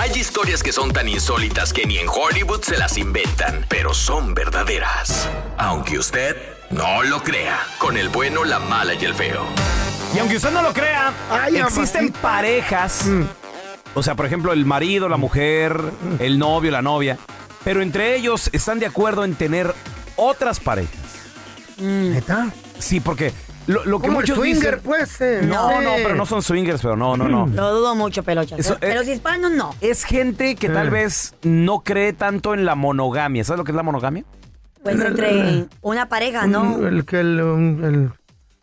Hay historias que son tan insólitas que ni en Hollywood se las inventan, pero son verdaderas. Aunque usted no lo crea, con el bueno, la mala y el feo. Y aunque usted no lo crea, Ay, Mm. existen amasita. parejas. O sea, por ejemplo, el marido, Mm. la mujer, el novio, la novia. Pero entre ellos están de acuerdo en tener otras parejas. Mm. ¿Neta? Sí, porque lo, lo ¿Ah? que Como el muchos swinger, Mm. dicen... pues. eh, No, sé. no, pero no son swingers, pero no, no, no. Lo dudo mucho, pelocha. Eso, pero eh. los hispanos no. Es gente que tal Eh. vez no cree tanto en la monogamia. ¿Sabes lo que es la monogamia? Pues entre una pareja, ¿no? Mm. Un- El que el, un- el-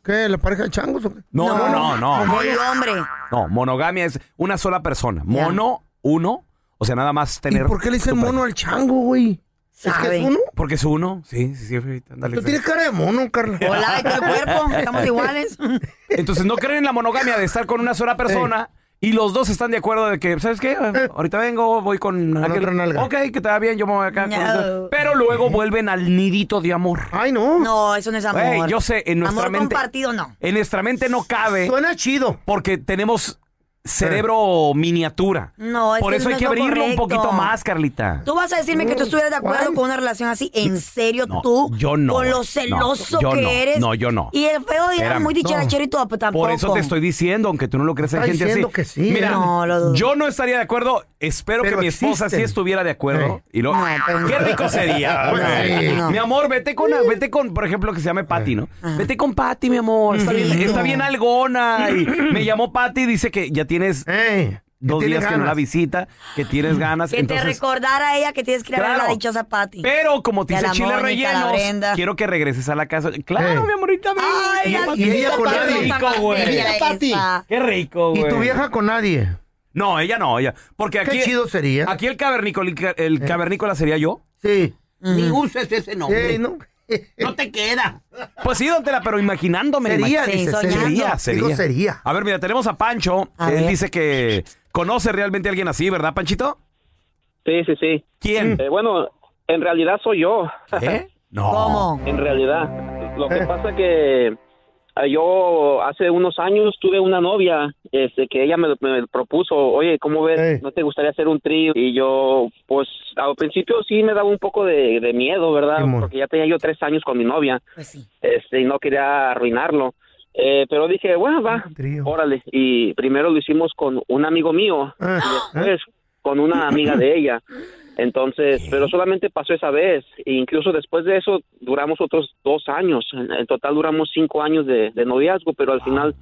¿Qué? ¿La pareja de changos o qué? No, no, no, no. Como el hombre. No, monogamia es una sola persona. Mono, uno. O sea, nada más ¿Y tener... por qué le dicen tu pareja. mono al chango, güey? ¿Es que Sabe. es uno? Ah, Porque es uno. Sí, sí, sí. ahorita, ándale, Tú sí. tienes cara de mono, Carla. Hola, de todo el cuerpo. Estamos iguales. Entonces no creen en la monogamia de estar con una sola persona y los dos están de acuerdo de que, ¿sabes qué? Ahorita vengo, voy con otra nalga. Ok, que te va bien, yo me voy acá. con No. eso. Pero luego vuelven al nidito de amor. Ay, no. No, eso no es amor. Güey, yo sé, en nuestra amor mente- compartido no. En nuestra mente no cabe Suena chido. porque tenemos cerebro miniatura. No, es Por que eso no hay que es lo abrirlo un correcto. poquito más, Carlita. ¿Tú vas a decirme que tú estuvieras de acuerdo ¿Cuál? con una relación así? ¿En serio Mm, No, tú? yo no. Con No, lo celoso yo que no, eres. no, yo no. Y el feo dirá Espérame, muy dicharachero y todo, pero tampoco. Por eso te estoy diciendo, aunque tú no lo creas, hay Está gente diciendo así. que sí. ¿eh? Mira, No, lo dudo. yo no estaría de acuerdo. Espero Pero que mi esposa existen. sí estuviera de acuerdo. Eh. Y luego, No, pero no. qué rico sería. Pues Sí. Mi amor, vete con, vete con, por ejemplo, que se llame Patty, ¿no? Vete con Patty, mi amor. Está, Sí. bien, está No. bien algona. Y me llamó Patty y dice que ya tienes Ey, dos ¿qué tiene días que no la ganas? visita, que tienes ganas. Que te Entonces, recordara a ella que tienes que ir a ver a la Claro. dichosa Patty. Pero como te Y a dice la Chile Mónica, a la Brenda. Rellenos, quiero que regreses a la casa. Claro, Eh. mi amorita, ven. Ay, la Y ella dichosa con Patty, nadie. esa Qué rico, güey. materia Ella, Patty. esa. Qué rico, ¿Y güey. tu vieja con nadie? No, ella no, ella. Porque aquí. Qué chido sería. Eh. Aquí el cavernícola, el cavernícola sería yo. Sí. Ni uses ese nombre. Ey, ¿no? No te queda. Pues sí, don Tela, pero imaginándome. Sería, Sí, dice, soñando. Sería, sería. Digo, sería. A ver, mira, tenemos a Pancho. A Él ver. dice que conoce realmente a alguien así, ¿verdad, Panchito? Sí, sí, sí. ¿Quién? Eh, bueno, en realidad soy yo. ¿Eh? No. Oh. ¿Cómo? En realidad. Lo que pasa que eh, yo hace unos años tuve una novia este, que ella me, me propuso, oye, ¿cómo ves? Ey. ¿No te gustaría hacer un trío? Y yo, pues, al principio sí me daba un poco de, de miedo, ¿verdad? Simón. Porque ya tenía yo tres años con mi novia Pues sí. este, y no quería arruinarlo. Eh, pero dije, bueno, va, Un trío. órale. Y primero lo hicimos con un amigo mío. Ah, ah, pues, con una amiga de ella. Entonces, pero solamente pasó esa vez. E incluso después de eso duramos otros dos años. En, en total duramos cinco años de, de noviazgo, pero al final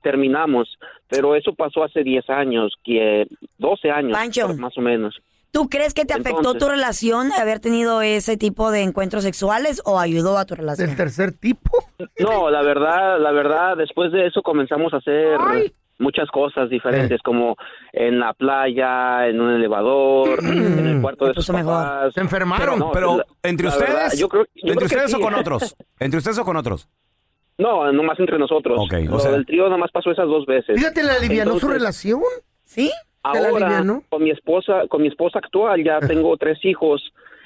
terminamos. Pero eso pasó hace 10 años, que 12 años Pancho. más o menos. ¿Tú crees que te afectó Entonces- tu relación haber tenido ese tipo de encuentros sexuales o ayudó a tu relación? Del tercer tipo. No, la verdad, la verdad, después de eso comenzamos a hacer muchas cosas diferentes, Eh. como en la playa, en un elevador, en el cuarto de Se sus puso mejor. papás. Se enfermaron. no, Mm. Pero, la- ¿entre la ustedes? verdad, yo creo- yo ¿Entre creo que ustedes o sí. con otros? ¿Entre ustedes o con otros? No, nomás entre nosotros. Ok, o Lo sea- del trío nomás pasó esas dos veces. Fíjate, le alivianó su Entonces, relación. ¿Sí? te la Ahora, alivianó. con mi esposa, con mi esposa actual, ya tengo tres hijos.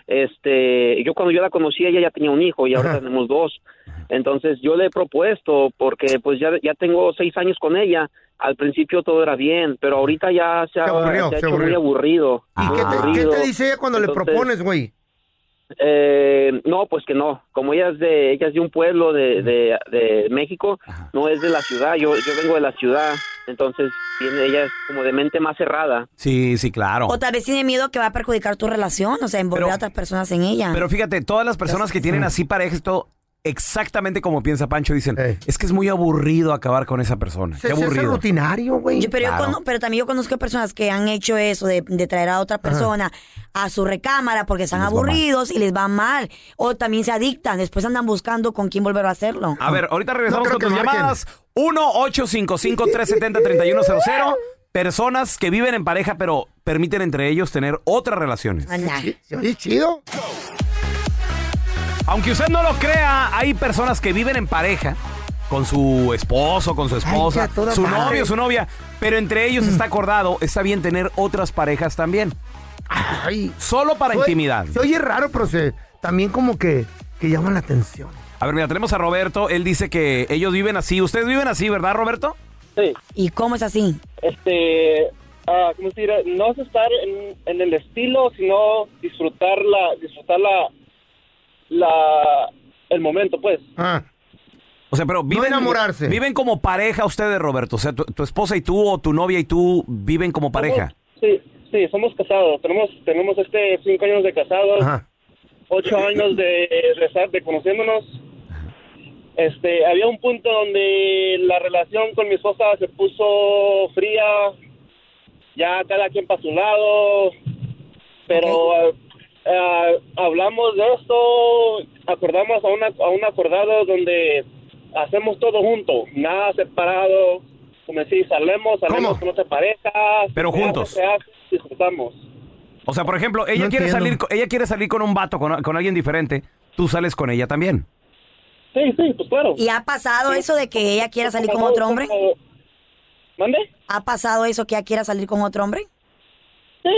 Este, yo cuando yo la conocí, ella ya tenía un hijo y ahora Ajá. tenemos dos. Entonces, yo le he propuesto porque, pues, ya, ya tengo seis años con ella. Al principio todo era bien, pero ahorita ya se ha, Se aburrió, se ha se hecho muy aburrió. aburrido. ¿Y qué te, qué aburrido. te dice ella cuando le Entonces, propones, güey? Eh, no, pues que no. Como ella es de, ella es de un pueblo de, de, de México, no es de la ciudad. Yo, yo vengo de la ciudad, entonces tiene, ella es como de mente más cerrada. Sí, sí, claro. O tal vez tiene miedo que va a perjudicar tu relación, o sea, envolver Pero- a otras personas en ella. Pero fíjate, todas las personas que tienen así parejas, y todo, exactamente como piensa Pancho, dicen, Ey. es que es muy aburrido acabar con esa persona. Se, Qué se hace aburrido. rutinario, güey. Yo- pero, yo Claro. cono- pero también yo conozco personas que han hecho eso de, de traer a otra persona a su recámara porque están les va mal. aburridos y les va mal. O también se adictan, después andan buscando con quién volver a hacerlo. A ver, ahorita regresamos No con creo tus que marquen. llamadas. 1-855-370-3100. Personas que viven en pareja, pero permiten entre ellos tener otras relaciones. Anda. ¿Se oye chido? Aunque usted no lo crea, hay personas que viven en pareja con su esposo, con su esposa, ya toda su madre. Mm. novio, su novia, pero entre ellos está acordado, está bien tener otras parejas también, Ay. solo para Se oye- intimidad. Se oye raro, pero se, también como que, que llama la atención. A ver, mira, tenemos a Roberto, él dice que ellos viven así, ustedes viven así, ¿verdad, Roberto? Sí, ¿Y cómo es así? este, ah, ¿cómo se dirá? No es estar en, en el estilo, sino disfrutar la, disfrutar la, la, el momento, pues. Ah, O sea, pero viven, enamorarse. viven como pareja ustedes, Roberto. O sea, tu, tu esposa y tú o tu novia y tú viven como pareja. Somos- sí, sí, somos casados. Tenemos, tenemos este cinco años de casados, ajá. ocho años de, de, estar- de conociéndonos. Este, había un punto donde la relación con mi esposa se puso fría, ya cada quien para su lado, pero ah, ah, hablamos de esto, acordamos a, una, a un acordado donde hacemos todo junto, nada separado, como decir, salemos, salemos ¿Cómo? con otra pareja. Pero se hace, juntos. se hace, disfrutamos. O sea, por ejemplo, ella No quiere entiendo. salir, co- ella quiere salir con un vato, con, con alguien diferente. Tú sales con ella también. Sí, sí, pues claro. ¿Y ha pasado eso de que ella quiera salir con otro hombre? ¿Mande? ¿Ha pasado eso que ella quiera salir con otro hombre? Sí,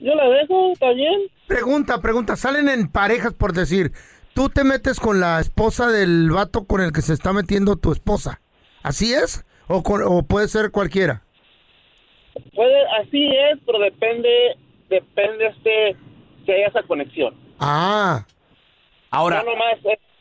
yo la dejo, está bien. Pregunta, pregunta. Salen en parejas por decir, tú te metes con la esposa del vato con el que se está metiendo tu esposa. ¿Así es? ¿O, con- o puede ser cualquiera? Puede, así es, pero depende, depende este, que haya esa conexión. Ah, Ahora, No nomás,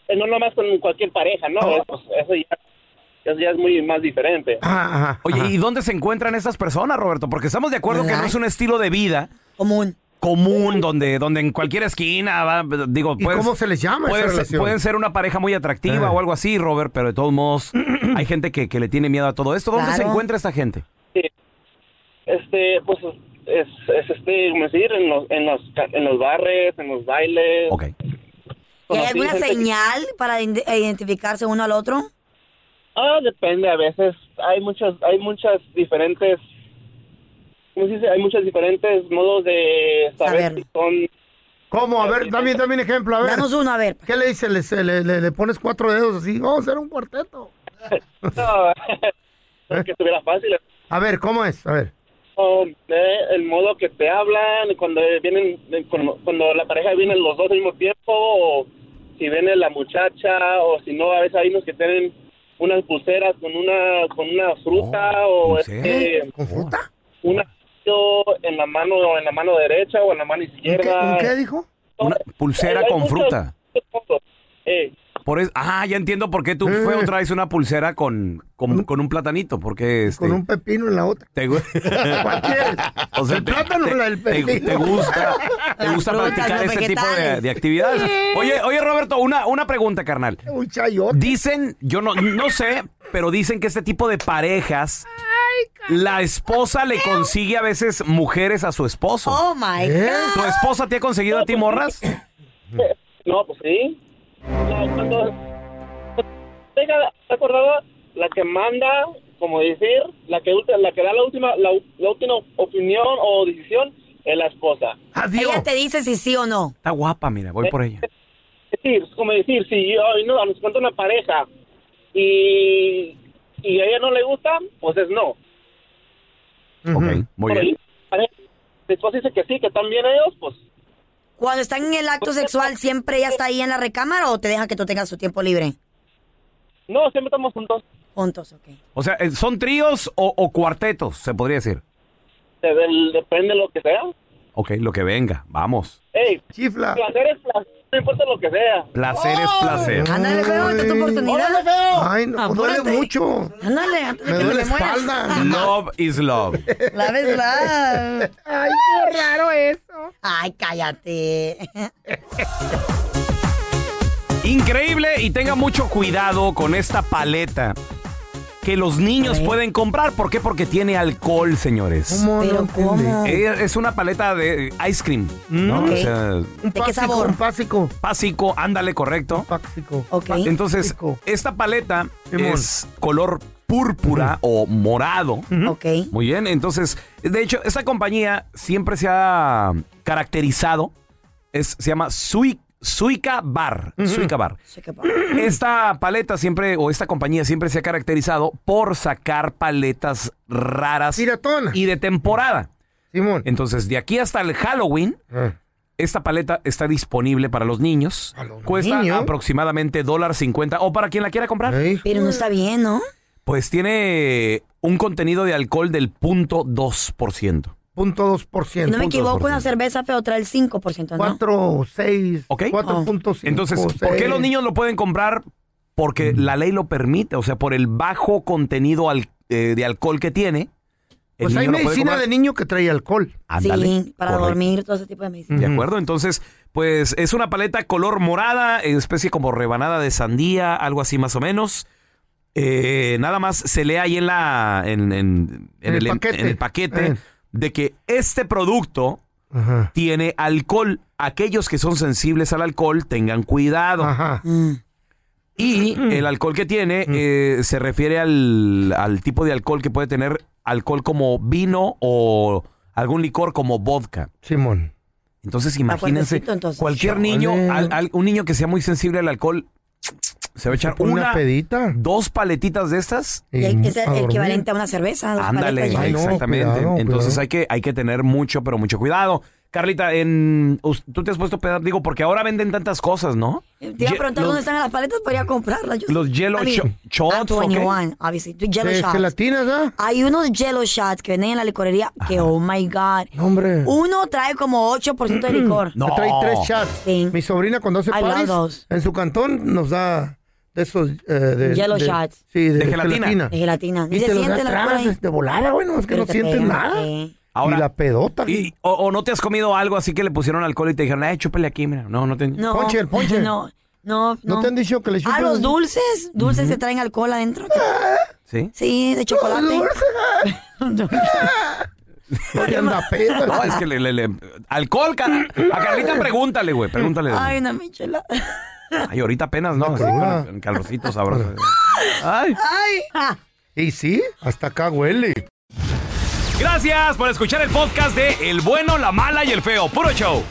eh, no nomás con cualquier pareja, ¿no? Oh. Eso, eso ya, eso ya es muy más diferente. ajá, ajá. oye, ajá. ¿y dónde se encuentran estas personas, Roberto? Porque estamos de acuerdo que ¿Verdad? no es un estilo de vida Común. común donde, donde en cualquier esquina, va, digo, ¿Y cómo se les llama esa puede ser- relación? pueden ser una pareja muy atractiva Eh. o algo así, Robert, pero de todos modos hay gente que, que le tiene miedo a todo esto. ¿Dónde se Claro. encuentra esta gente? Este, pues, es, es este, como decir, en los, en los, ca- en los bares, en los bailes. Ok. ¿Y hay Conocí alguna gente que- señal para in- identificarse uno al otro? Ah, depende, a veces hay muchas, hay muchas diferentes, ¿cómo se dice? Hay muchos diferentes modos de saber Saber. si son, ¿Cómo? A ver, dame, dame un ejemplo. A ver. Danos uno, a ver. ¿Qué le dices? ¿Le, se- le, le- le pones cuatro dedos así? Vamos a hacer un cuarteto. no, que estuviera fácil. A ver, ¿cómo es? A ver. O, eh, el modo que te hablan, cuando vienen, eh, cuando, cuando la pareja vienen los dos al mismo tiempo, o si viene la muchacha, o si no, a veces hay unos que tienen unas pulseras con una, con una fruta, Oh, o pulsera. este, ¿Con fruta? un anillo en la mano, en la mano derecha o en la mano ¿Con qué, izquierda. con qué dijo? Una pulsera Hay con muchos- fruta. Eh, Por eso, ah, ya entiendo por qué tú Eh. feo traes una pulsera con, con, con un platanito, porque este, Con un pepino en la otra. te, gu- ¿Cuál quieres? o sea, ¿El te- plátano te- o la del te- pepino? te gusta, te Las gusta frutas, practicar los este tipo de, vegetales. de actividades. Oye, oye, Roberto, una, una pregunta, carnal. Un chayote. Dicen, yo no, no sé, pero dicen que este tipo de parejas, la esposa le consigue a veces mujeres a su esposo. Oh my ¿Eh? God. ¿Tu esposa te ha conseguido a ti morras? no, pues sí. La- cuando deja acordada la que manda, como decir, la que ulti- la que da la última la, u- la última opinión o decisión es la esposa. Adiós. Eh, Ella te dice si sí o no. Está guapa, mira, voy por ella. Es decir, es como decir, si yo no, nos cuenta una pareja y y a ella no le gusta, pues es no. Ujú. Ok, muy bien. Pero La esposa dice que sí, que están bien ellos, pues Cuando están en el acto sexual, ¿siempre ella está ahí en la recámara o te deja que tú tengas tu tiempo libre? no, siempre estamos juntos. Juntos, ok. O sea, eh, ¿son tríos o, o cuartetos, se podría decir? de- del- depende de lo que sea. Ok, lo que venga, vamos. Ey, Chifla. placer es placer, no importa lo que sea. Placer es placer. Ándale, feo, esta es tu Ay. oportunidad. Ay, no, Apúrate. duele mucho. Ándale, antes de Me que duele la me muera. espalda. Love is love. La ves la. Ay, qué raro eso. Ay, cállate. Increíble y tenga mucho cuidado con esta paleta que los niños pueden comprar. ¿Por qué? Porque tiene alcohol, señores. ¿Cómo Pero entendí? ¿cómo? Eh, Es una paleta de ice cream, ¿no? Ok. O sea, Mm, Un qué pásico, sabor? Un pásico. básico, ándale, correcto. Pásico. Ok. Entonces, Pásico. esta paleta Simón. es color púrpura o morado. Ok. Muy bien, entonces, de hecho, esta compañía siempre se ha caracterizado, es, se llama Sui- Suica Bar. Suica Bar. Esta paleta siempre, o esta compañía siempre se ha caracterizado por sacar paletas raras y de temporada. Simón. Entonces, de aquí hasta el Halloween, esta paleta está disponible para los niños. Cuesta niños? aproximadamente dólar cincuenta. O para quien la quiera comprar. Pero no está bien, ¿no? Pues tiene un contenido de alcohol del punto Punto 2%. Si no me equivoco, una cerveza feo trae el 5%, ¿no? 4, 6, Ok. punto cinco, Entonces, ¿por qué seis. Mm. los niños lo pueden comprar? Porque la ley lo permite, o sea, por el bajo contenido al- eh, de alcohol que tiene. el Pues hay niño lo puede medicina comprar. de niño que trae alcohol. Ándale, sí, para correcto. dormir, todo ese tipo de medicina. ¿De acuerdo? Entonces, pues es una paleta color morada, en especie como rebanada de sandía, algo así más o menos. Eh, nada más se lee ahí en la en, en- en En el el, en paquete. el paquete Eh. de que este producto tiene alcohol. Aquellos que son sensibles al alcohol tengan cuidado. Ajá. Mm. Y el alcohol que tiene eh, se refiere al, al tipo de alcohol que puede tener alcohol como vino o algún licor como vodka. Simón. Entonces imagínense, fuertecito, entonces. cualquier niño, al- al- un niño que sea muy sensible al alcohol, se va a echar Una, una, pedita. dos paletitas de estas. Y Y es el a Mm. dormir. equivalente a una cerveza. dos Ándale, paletas ya. Ay, no, exactamente. cuidado, Entonces cuidado. hay que, hay que tener mucho, pero mucho cuidado. Carlita, en, us- tú te has puesto peda- digo, porque ahora venden tantas cosas, ¿no? Te iba a Ye- preguntar los- dónde están las paletas para ir a comprarlas. Yo- Los yellow I mean, sho- shots, I'm ¿o qué? 21, obviously. Tú, Yellow De shots. gelatinas, ¿ah? Hay unos yellow shots que venden en la licorería que, oh my God. No, hombre. Uno trae como 8% de licor. No. Que Trae tres shots. Sí. Mi sobrina cuando hace I love paris those. en su cantón nos da de esos eh, de, Yellow de- shots. Sí, de, De gelatina. De gelatina. Y Ni te se los da siente la por tragas ahí. de volada, güey, no es que Pero no te ¿eh? sientes pegan, nada. sí. Ahora- y la pedota. Y- o, o no te has comido algo así que le pusieron alcohol y te dijeron, eh, chúpale aquí, mira. No, no te... No. Ponche, el ponche. No, no, no. ¿No te han dicho que le Ah, chupen? los dulces. Dulces que traen alcohol adentro. ¿Sí? Sí, de chocolate. Oye, anda peda. No, es que le... le- le- Alcohol, Car- a Carlita pregúntale, güey, pregúntale. Ay, una michela. Ay, ahorita apenas, ¿no? Así cruda. con el- el calorcito sabroso. Ay. Y sí, hasta acá huele. Gracias por escuchar el podcast de El Bueno, la Mala y el Feo. Puro show.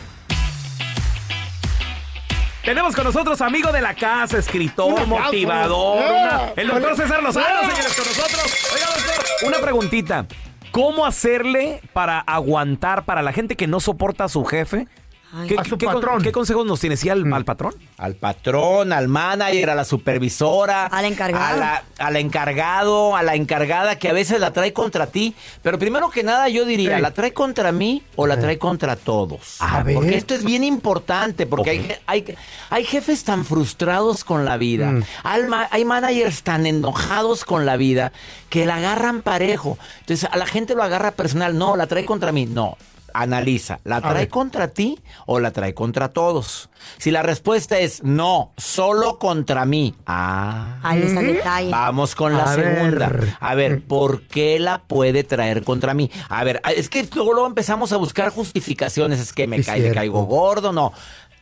Tenemos con nosotros amigo de la casa, escritor, Un aplauso. motivador, una- el doctor César Lozano, Yeah. señores, con nosotros. Oiga, doctor, una preguntita. ¿Cómo hacerle para aguantar para la gente que no soporta a su jefe? Ay. ¿Qué, A su qué con- patrón. Mm. qué consejos nos tiene? ¿Sí al, al patrón? Al patrón, al manager, a la supervisora. Al encargado. A la- al encargado, a la encargada que a veces la trae contra ti. Pero primero que nada yo diría, Ey. ¿la trae contra mí o la trae contra todos? A ver. Porque esto es bien importante, porque hay, je- hay, hay jefes tan frustrados con la vida, Mm. al ma- hay managers tan enojados con la vida que la agarran parejo. Entonces a la gente lo agarra personal, no, la trae contra mí, no. Analiza, ¿la trae ver. contra ti o la trae contra todos? Si la respuesta es no, solo contra mí. Ah. Ahí está el detalle. Vamos con la A segunda. ver. A ver, ¿por qué la puede traer contra mí? A ver, ah, es que luego, luego empezamos a buscar justificaciones. Es que me Es cae, me cierto. caigo gordo, no.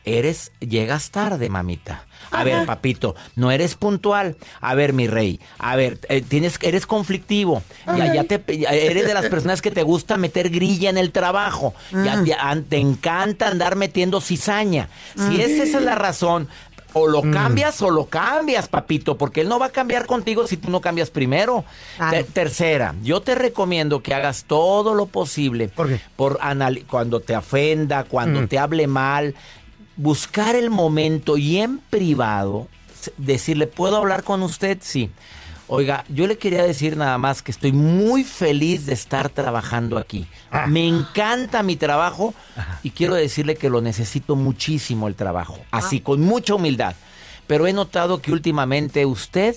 Eres, llegas tarde, mamita. A ver, papito, no eres puntual. A ver, mi rey, a ver, eh, tienes, eres conflictivo. Ya, ya te, ya eres de las personas que te gusta meter grilla en el trabajo. Ya, te- an- te encanta andar metiendo cizaña. Si es esa es la razón, o lo cambias o lo cambias, papito, porque él no va a cambiar contigo si tú no cambias primero. Claro. Te- tercera, yo te recomiendo que hagas todo lo posible ¿Por qué? anali- cuando te ofenda, cuando te hable mal, buscar el momento y en privado s- decirle, ¿puedo hablar con usted? Sí. Oiga, yo le quería decir nada más que estoy muy feliz de estar trabajando aquí. Me encanta mi trabajo y quiero decirle que lo necesito muchísimo el trabajo. Así, con mucha humildad. Pero he notado que últimamente usted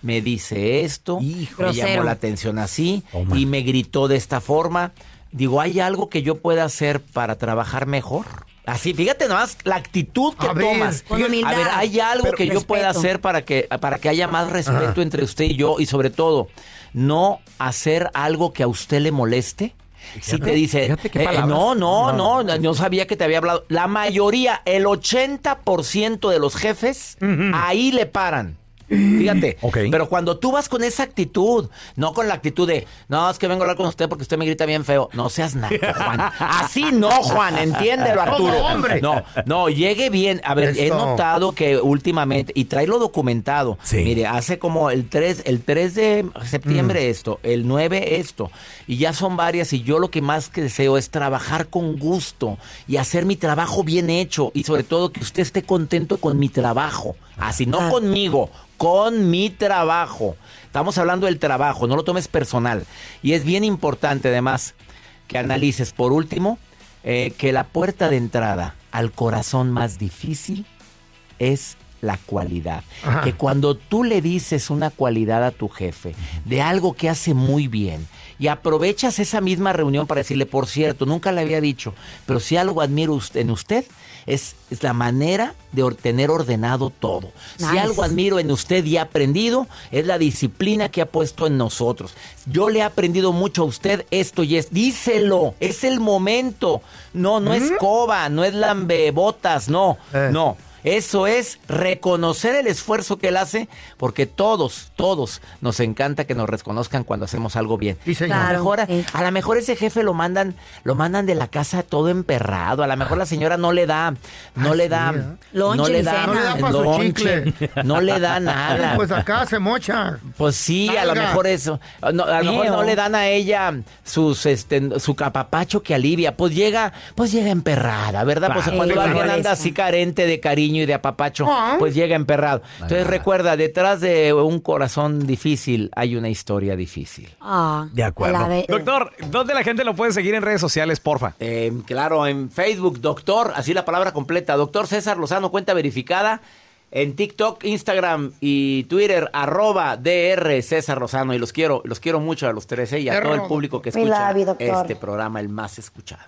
me dice esto, Hijo. me llamó Grosero. la atención así Toma. y me gritó de esta forma. Digo, ¿hay algo que yo pueda hacer para trabajar mejor? Así, fíjate nomás la actitud que A ver, tomas. con humildad, a ver, ¿hay algo pero- que yo respeto. pueda hacer para que, para que haya más respeto entre usted y yo? Y sobre todo, no hacer algo que a usted le moleste. Si te dice, fíjate qué eh, palabras. no, no, no, no, no sabía que te había hablado. La mayoría, el 80% de los jefes, ahí le paran. Fíjate. Ok. Pero cuando tú vas con esa actitud, no con la actitud de, no, es que vengo a hablar con usted porque usted me grita bien feo. No seas nada, Juan. Así no, Juan, entiéndelo, Arturo. Como hombre. No, no, llegue bien. A ver, eh, he Eso. notado que últimamente, y tráelo documentado. Sí. Mire, hace como el 3, el 3 de septiembre esto, el 9 esto, y ya son varias, y yo lo que más que deseo es trabajar con gusto y hacer mi trabajo bien hecho, y sobre todo que usted esté contento con mi trabajo, así, no conmigo, con mi trabajo. Estamos hablando del trabajo, no lo tomes personal. Y es bien importante además que analices, por último, eh, que la puerta de entrada al corazón más difícil es la cualidad. Ajá. Que cuando tú le dices una cualidad a tu jefe de algo que hace muy bien y aprovechas esa misma reunión para decirle, por cierto, nunca le había dicho, pero si algo admiro us- en usted es, es la manera de or- tener ordenado todo. Si Nice. algo admiro en usted y he aprendido es la disciplina que ha puesto en nosotros. Yo le he aprendido mucho a usted esto y es, díselo, es el momento. No, no es coba, no es lambebotas, no, ¿Mm? Eh. no. Eso es reconocer el esfuerzo que él hace, porque todos, todos nos encanta que nos reconozcan cuando hacemos algo bien. Sí, señor. a, lo Claro, mejor, sí. a lo mejor ese jefe lo mandan, lo mandan de la casa todo emperrado. A lo mejor la señora no le da, no Ay, le sí, da, ¿eh? no Lonche, le ni da, cena. No le da pa' su lonche, chicle. no le da Ay, nada. Pues acá se mocha. Pues sí, a lo Salga. mejor eso. No, a lo mejor Feo. no le dan a ella sus este su capapacho que alivia. Pues llega, pues llega emperrada, ¿verdad? Pues Claro. cuando Sí, alguien molesta. anda así carente de cariño y de apapacho, pues llega emperrado. Entonces recuerda, detrás de un corazón difícil hay una historia difícil. Ah, De a la acuerdo. ve- Doctor, ¿dónde la gente lo puede seguir en redes sociales, porfa? Eh, claro, en Facebook, doctor, así la palabra completa, doctor César Lozano, cuenta verificada. En TikTok, Instagram y Twitter, arroba DR César Lozano. Y los quiero, los quiero mucho a los tres ¿eh? y a todo el público que We escucha love you, doctor. este programa, el más escuchado.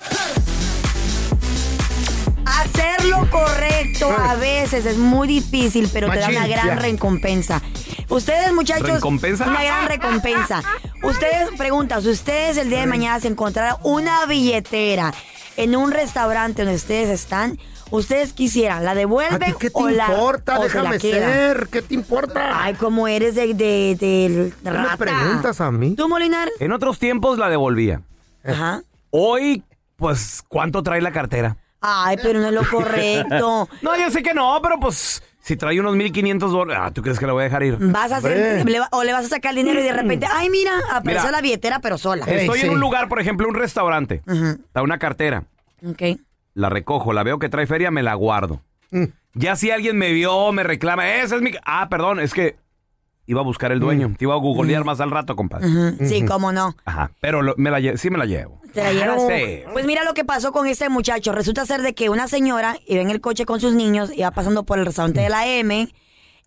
Hacer lo correcto Eh. a veces es muy difícil, pero te Machín, da una gran ya. recompensa. Ustedes, muchachos, ¿Recompensa? una gran recompensa. Ustedes preguntan, si ustedes el día de mañana se encontraran una billetera en un restaurante donde ustedes están, ustedes quisieran, ¿la ¿A devuelven ti pues, qué te o la importa? o se la Déjame quedan? ser. ¿Qué te importa? Ay, cómo eres de, de, de ¿Qué rata. me preguntas a mí? ¿Tú, Molinar? En otros tiempos la devolvía. Ajá. Hoy, pues, ¿cuánto trae la cartera? Ay, pero no es lo correcto. No, yo sé que no, pero pues, si trae unos 1500 dólares, ah, ¿tú crees que la voy a dejar ir? Vas a hacer, le va- o le vas a sacar dinero y de repente, ay, mira, apareció Mm. Mira. la billetera, pero sola. Estoy en sí. un lugar, por ejemplo, un restaurante, da una cartera, Ok. la recojo, la veo que trae feria, me la guardo. Mm. Ya si alguien me vio, me reclama, esa es mi... ca-". Ah, perdón, es que iba a buscar el dueño, Mm. te iba a googlear más al rato, compadre. Mm, Sí, cómo no. Ajá, pero lo- me la lle- sí me la llevo. Te la llevas. Sí. Pues mira lo que pasó con este muchacho. Resulta ser de que una señora iba en el coche con sus niños, iba pasando por el restaurante de la M.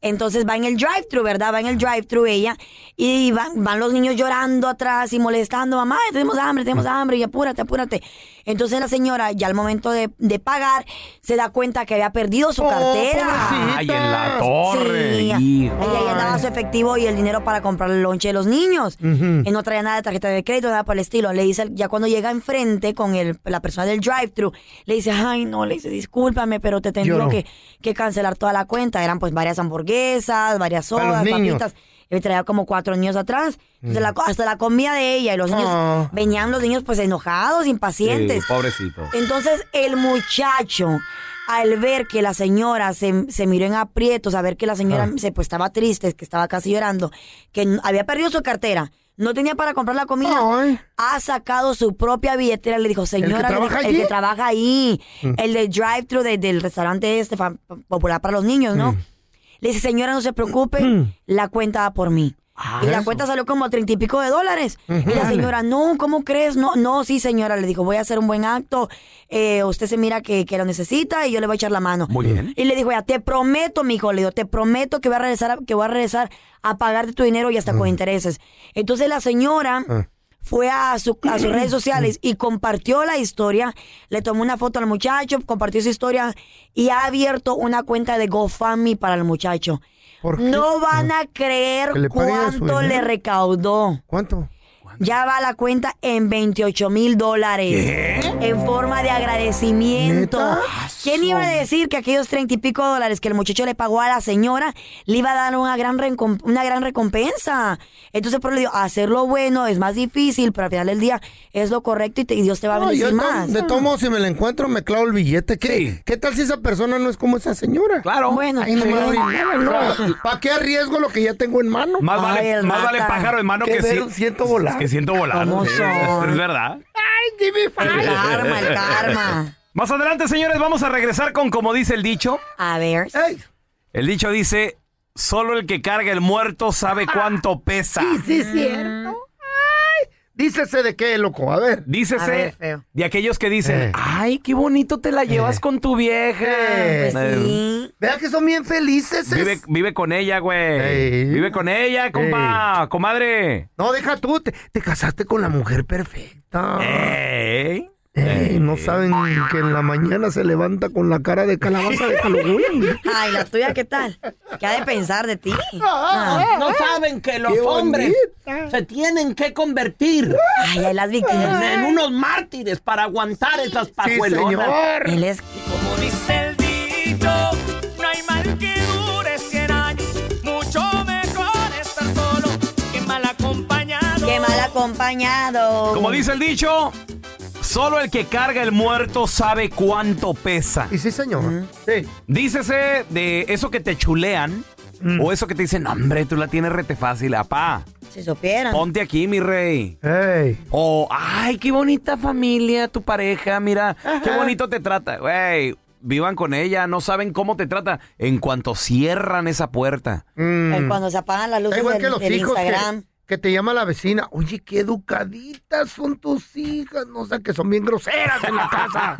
Entonces va en el drive-thru, ¿verdad? Va en el drive-thru ella. Y van, van los niños llorando atrás y molestando. Mamá, tenemos hambre, Mm. tenemos hambre. Y apúrate, apúrate. Entonces la señora, ya al momento de, de pagar, se da cuenta que había perdido su Oh, cartera. pobrecita. Ay, en la torre. Sí, hijo. ella ya daba su efectivo y el dinero para comprar el lonche de los niños. Y no traía nada de tarjeta de crédito, nada por el estilo. Le dice, al- ya cuando llega enfrente con el, la persona del drive-thru, le dice, ay, no, le dice, discúlpame, pero te tengo Lloró. que, que cancelar toda la cuenta. Eran pues varias hamburguesas, varias Para los sodas, niños. Mm. papitas. Y traía como cuatro niños atrás. Entonces, la co- hasta la comida de ella y los niños, Ah. venían los niños pues enojados, impacientes. Sí, pobrecito. Entonces el muchacho, al ver que la señora se, se miró en aprietos, a ver que la señora Ah. se, pues, estaba triste, que estaba casi llorando, que n- había perdido su cartera, no tenía para comprar la comida, Ay. ha sacado su propia billetera, le dijo, señora, le dijo, trabaja el allí? Mm. que trabaja ahí, el del drive-thru de- del restaurante este fam- popular para los niños, Mm. ¿no? Le dice, señora, no se preocupe, la cuenta va por mí. Ah, y la cuenta salió como treinta y pico de dólares. Y la señora, no, ¿cómo crees? No, no, sí, señora. Le dijo, voy a hacer un buen acto. eh, usted se mira que, que lo necesita y yo le voy a echar la mano. Muy bien. Y le dijo, ya, te prometo, mijo, le digo, te prometo que voy a regresar a, que voy a, regresar a pagarte tu dinero y hasta con intereses. Entonces la señora Ah. fue a, su- a sus redes sociales y compartió la historia, le tomó una foto al muchacho, compartió su historia y ha abierto una cuenta de GoFundMe para el muchacho. ¿Por qué? Ah. No van a creer Que le paguen a su cuánto le dinero. recaudó. ¿Cuánto? ya va la cuenta en 28 mil dólares. En forma de agradecimiento. ¿Neta? ¿Quién iba a decir que aquellos 30 y pico dólares que el muchacho le pagó a la señora le iba a dar una gran, recom- una gran recompensa? Entonces, por eso le digo, hacer lo bueno es más difícil, pero al final del día es lo correcto y, te- y Dios te va a No, yo bendecir de to- más. de tomo, si me la encuentro, me clavo el billete. ¿Qué, Sí. ¿Qué tal si esa persona no es como esa señora? Claro. Bueno, Ay, no sí. me abrí nada, no. ¿Para qué arriesgo lo que ya tengo en mano? Más, Ay, vale, el más vale rata. pájaro en mano ¿Qué que, ver? cien- Siento volar. que siento volar. Vamos, Sí, son. Es verdad. Ay, give me El five. karma, el karma. Más adelante, señores, vamos a regresar con como dice el dicho. A ver. Ey, El dicho dice, solo el que carga el muerto sabe cuánto pesa. sí, sí, es cierto. Ay, dícese de qué, loco. A ver. A ver, Dícese feo. de aquellos que dicen, "Ah, Eh. ay, qué bonito te la llevas Eh. con tu vieja. Eh, Pues sí. Vea que son bien felices. es. Vive, vive con ella, güey. Ey. Vive con ella, compa, comadre. No, deja tú. Te, te casaste con la mujer perfecta. Ey. Ey, no saben que en la mañana se levanta con la cara de calabaza de calogüey. Ay, la tuya, ¿qué tal? ¿Qué ha de pensar de ti? Ah, Ah. No saben que los Qué hombres bonita. se tienen que convertir Ay, ay, las víctimas. en unos mártires para aguantar esas Sí, pajuelonas. señor. Él es Como dice el dicho, no hay mal que dure 100 años. Mucho mejor estar solo que mal acompañado. qué mal acompañado. Como dice el dicho, solo el que carga el muerto sabe cuánto pesa. Y sí, señor. Sí. Dícese de eso que te chulean Mm. o eso que te dicen, hombre, tú la tienes rete fácil, apá. Si supieran. Ponte aquí, mi rey. Ey. O, ay, qué bonita familia, tu pareja, mira, qué Ajá. bonito te trata. Güey, vivan con ella, no saben cómo te trata en cuanto cierran esa puerta. Eh, Cuando se apagan las Está luces igual del, que los del hijos Instagram. que, que te llama la vecina. Oye, qué educaditas son tus hijas. No o sea, que son bien groseras en la casa.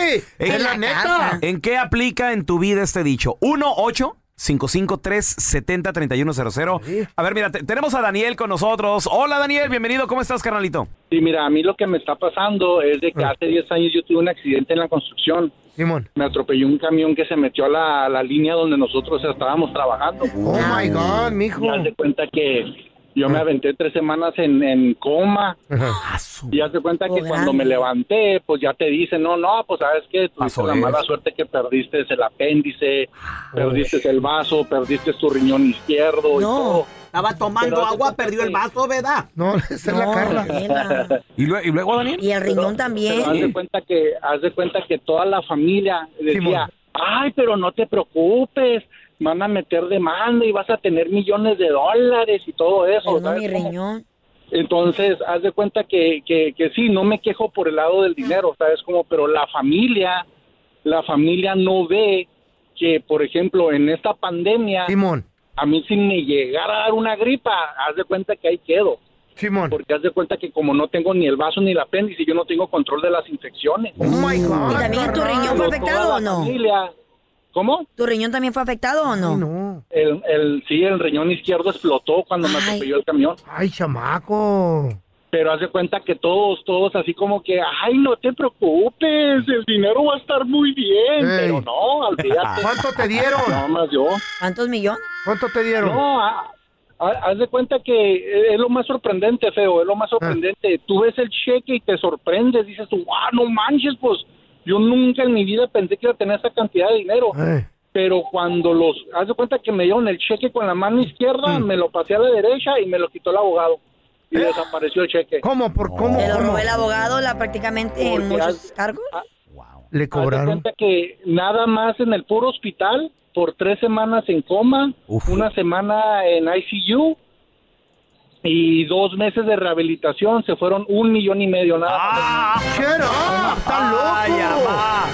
sí, En es la, la neta. casa. ¿En qué aplica en tu vida este dicho? 1 8 70 A ver, mira, te- tenemos a Daniel con nosotros. Hola, Daniel, bienvenido. ¿Cómo estás, carnalito? Sí, mira, a mí lo que me está pasando es de que Ah. hace 10 años yo tuve un accidente en la construcción. Simón. Me atropelló un camión que se metió a la, a la línea donde nosotros estábamos trabajando. Oh my God, mijo. Y haz de cuenta que yo me aventé tres semanas en, en coma. Ajá. Y haz de cuenta que Oh, cuando me grande. levanté, pues ya te dicen, no, no, pues sabes que tuviste Pasó la de mala eso. suerte que perdiste el apéndice, Ah. perdiste el vaso, perdiste tu riñón izquierdo y No. todo. Estaba tomando Pero- agua, perdió el vaso, ¿verdad? No, esa es la No, Carla. Daniela. ¿Y, lue- y luego, Daniel? Y el riñón Pero haz de también. cuenta que, haz de cuenta que toda la familia decía, Simón. ay, pero no te preocupes, van a meter demanda y vas a tener millones de dólares y todo eso. Pero no ¿sabes mi cómo? riñón. Entonces, haz de cuenta que, que, que sí, no me quejo por el lado del dinero, ¿sabes? Como, pero la familia, la familia no ve que, por ejemplo, en esta pandemia, Simón. a mí si me llegara a dar una gripa, haz de cuenta que ahí quedo. Simón. Porque haz de cuenta que como no tengo ni el vaso ni el apéndice, yo no tengo control de las infecciones. Oh my God. ¿Y también tu riñón Pero fue afectado toda o la no? familia- ¿Cómo? ¿Tu riñón también fue afectado o Ay, no? no. El, el, sí, el riñón izquierdo explotó cuando me Ay. atropelló el camión. Ay, chamaco. Pero haz de cuenta que todos, todos así como que, ay, no te preocupes, el dinero va a estar muy bien. Ey. Pero no, al ¿Cuánto te dieron? Nada más yo. ¿Cuántos millones? ¿Cuánto te dieron? No, ha- ha- haz de cuenta que eh, es lo más sorprendente, Feo, es lo Ah. más sorprendente. Tú ves el cheque y te sorprendes, dices tú, ah, no manches, pues yo nunca en mi vida pensé que iba a tener esa cantidad de dinero. Ay. Pero cuando los, haz de cuenta que me dieron el cheque con la mano Mm. izquierda, me lo pasé a la derecha y me lo quitó el abogado. Y desapareció el cheque. ¿Eh? ¿Cómo? ¿Por cómo? Te lo ¿Cómo? robó el abogado, la prácticamente en Porque muchos has- cargos. Ah, Le Haz de cobraron. cuenta que nada más en el puro hospital, por tres semanas en coma, Uf. una semana en ICU y dos meses de rehabilitación, se fueron un millón y medio nada más. ¡Ah! Shut up, ¡Está loco! Ay, amá.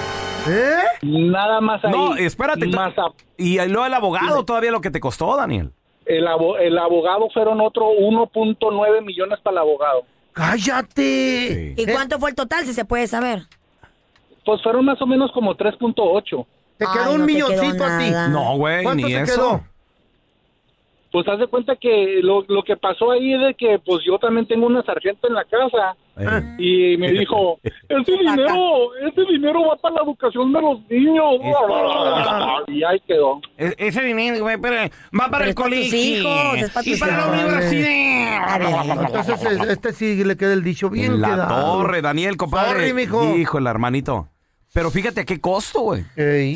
¿Eh? Nada más ahí. No, espérate. tú- Más a- Y luego el abogado todavía lo que te costó, Daniel. el, abo- el abogado fueron otro 1.9 millones para el abogado. ¡Cállate! Eh. ¿Y cuánto fue el total, si se puede saber? Pues fueron más o menos como 3.8. Te quedó Ay, un no te quedó milloncito a ti. nada. No, güey, ¿Cuánto ni te eso. quedó? Pues haz de cuenta que lo, lo que pasó ahí es de que pues yo también tengo una sargento en la casa Eh, y me dijo, ese dinero, ese dinero va para la educación de los niños. y ahí quedó. e- Ese dinero, güey, pero va para Pero es para tus hijos, es para tus hijos. Madre. universidad. Entonces, es- este sí le queda el dicho bien En la quedado. torre, Daniel, compadre. Sorry, mijo. Hijo, el hermanito. Pero fíjate a qué costo, güey.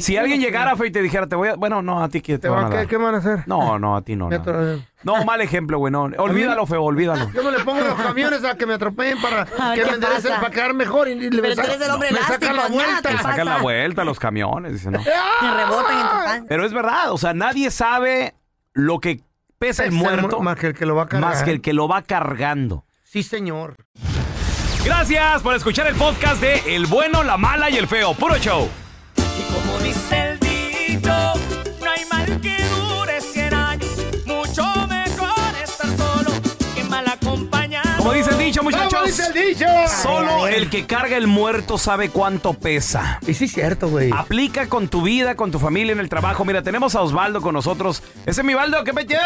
Si alguien llegara, fe, y te dijera, te voy a... Bueno, no, a ti que te, ¿Te van va a a- ¿Qué, dar. qué van a hacer? No, no, a ti no. Me No, atro- No, mal ejemplo, güey. No. Olvídalo, feo, olvídalo. Yo me le pongo los camiones a que me atropellen para A ver que qué me enderecen pasa. para quedar mejor. Y, y le Pero me tú sa- eres el hombre me saca elástico, la nada, vuelta. Ah, te Le sacan la pasa? vuelta a los camiones, dice, no. ¡Ah! Me rebotan en tu pan. Pero es verdad, o sea, nadie sabe lo que pesa el Pesa el muerto mu- más que el que lo va a cargar. más que el que lo va cargando. Sí, señor. Gracias por escuchar el podcast de El bueno, la mala y el feo. Puro show. Y como dice el dicho, no hay mal que dure 100 años. Mucho mejor estar solo que mal acompañado. Como dice el dicho, muchachos. ¿Cómo dice el dicho? Solo Ay, ay, ay. el que carga el muerto sabe cuánto pesa. Y sí, es cierto, güey. Aplica con tu vida, con tu familia, en el trabajo. Mira, tenemos a Osvaldo con nosotros. Ese es mi Osvaldo, ¿qué metió?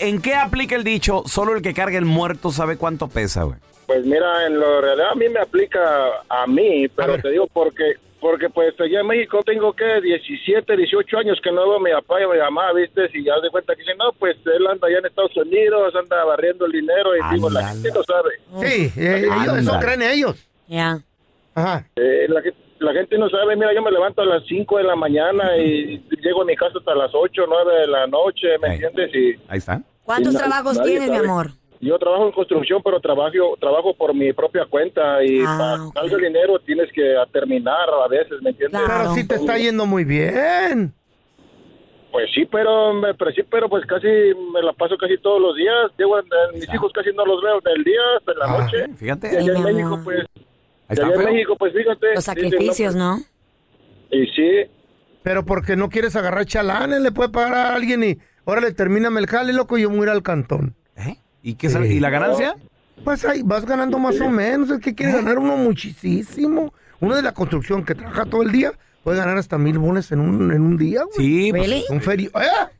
¿En qué aplica el dicho? Solo el que carga el muerto sabe cuánto pesa, güey. Pues mira, en lo realidad a mí me aplica a mí, pero te digo porque porque pues allá en México tengo que 17, 18 años que no veo a mi papá y a mi mamá, ¿viste? Y ya de cuenta que dicen, no, pues él anda allá en Estados Unidos, anda barriendo el dinero y digo, la gente lo sabe. Sí, eh, ellos, eso Ándale. creen ellos. Oh. Ya. Ajá. Eh, la, gen- la gente no sabe, mira, yo me levanto a las 5 de la mañana y llego a mi casa hasta las 8, 9 de la noche, ¿me Ey. entiendes? Y Ahí está. ¿Cuántos Nadie- trabajos nadie tienes, mi sabe. amor? Yo trabajo en construcción, pero trabajo trabajo por mi propia cuenta y Ah, para ok. algo de dinero tienes que terminar a veces, ¿me entiendes? Claro. Pero sí te está yendo muy bien. Pues sí, pero me pero sí, pero pues casi me la paso casi todos los días. Llego, en- en- mis está. hijos casi no los veo del día hasta en la Ah, noche. Y Fíjate. Ahí allá mi en México, amor. pues, y está, allá en feo. México, pues fíjate. Los dicen, no, sacrificios, ¿no? pues, Y sí, Pero porque no quieres agarrar chalanes, le puede pagar a alguien y órale, termíname el jale, loco, y yo me voy a ir al cantón. ¿Eh? ¿Y, qué sal- ¿Y la ganancia? Pues ahí vas ganando más o menos, es que quiere ¿Eh? ganar uno muchísimo. Uno de la construcción que trabaja todo el día puede ganar hasta mil bolas en un, en un día, güey. Sí. pues, ¿Really? Un ferio. ¡Eh!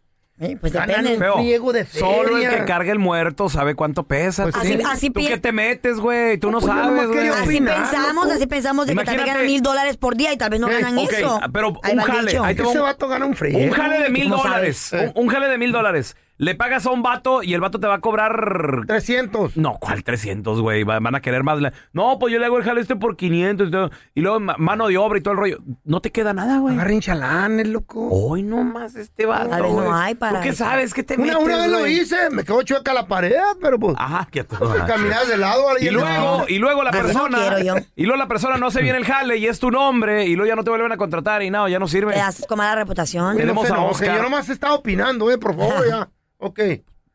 Eh, pues Ganan depende. un Feo. friego de Solo el feria. que carga el muerto sabe cuánto pesa. Pues ¿Tú sí. qué- Así- así ¿Tú pi- qué te metes, güey? Tú no Pues yo nomás sabes, quería güey. Así opinar, pensamos, loco. así pensamos de que tal vez Imagínate. ganan mil dólares por día y tal vez no Eh, ganan ok, eso. pero Ahí un va Pues el jale, dicho. ahí te va Ese vato gana un friego. Un jale de mil ¿Cómo dólares. sabes? Eh. Un, un jale de mil dólares. Le pagas a un vato y el vato te va a cobrar. 300. No, ¿cuál 300, güey? Va- Van a querer más. la- No, pues yo le hago el jale este por 500 y, todo. Y luego ma- mano de obra y todo el rollo. No te queda nada, güey. Agarren chalanes, loco. Hoy nomás este vato. Tal vez no güey. hay para ¿Tú qué eso. sabes? ¿Qué te Una, metes, una vez lo güey? hice, me quedó chueca la pared, pero pues. Ajá, que a todo pues, dar. caminabas de lado. ahí Ah, Y en- luego, y luego la Así no persona. quiero yo. Y luego la persona no hace bien el jale y es tu nombre. Y luego ya no te vuelven a contratar y nada, ya no sirve. Te haces con mala reputación. Güey, no tenemos se a enoje, Oscar. Yo nomás estaba opinando, eh, por favor, ya. Ok.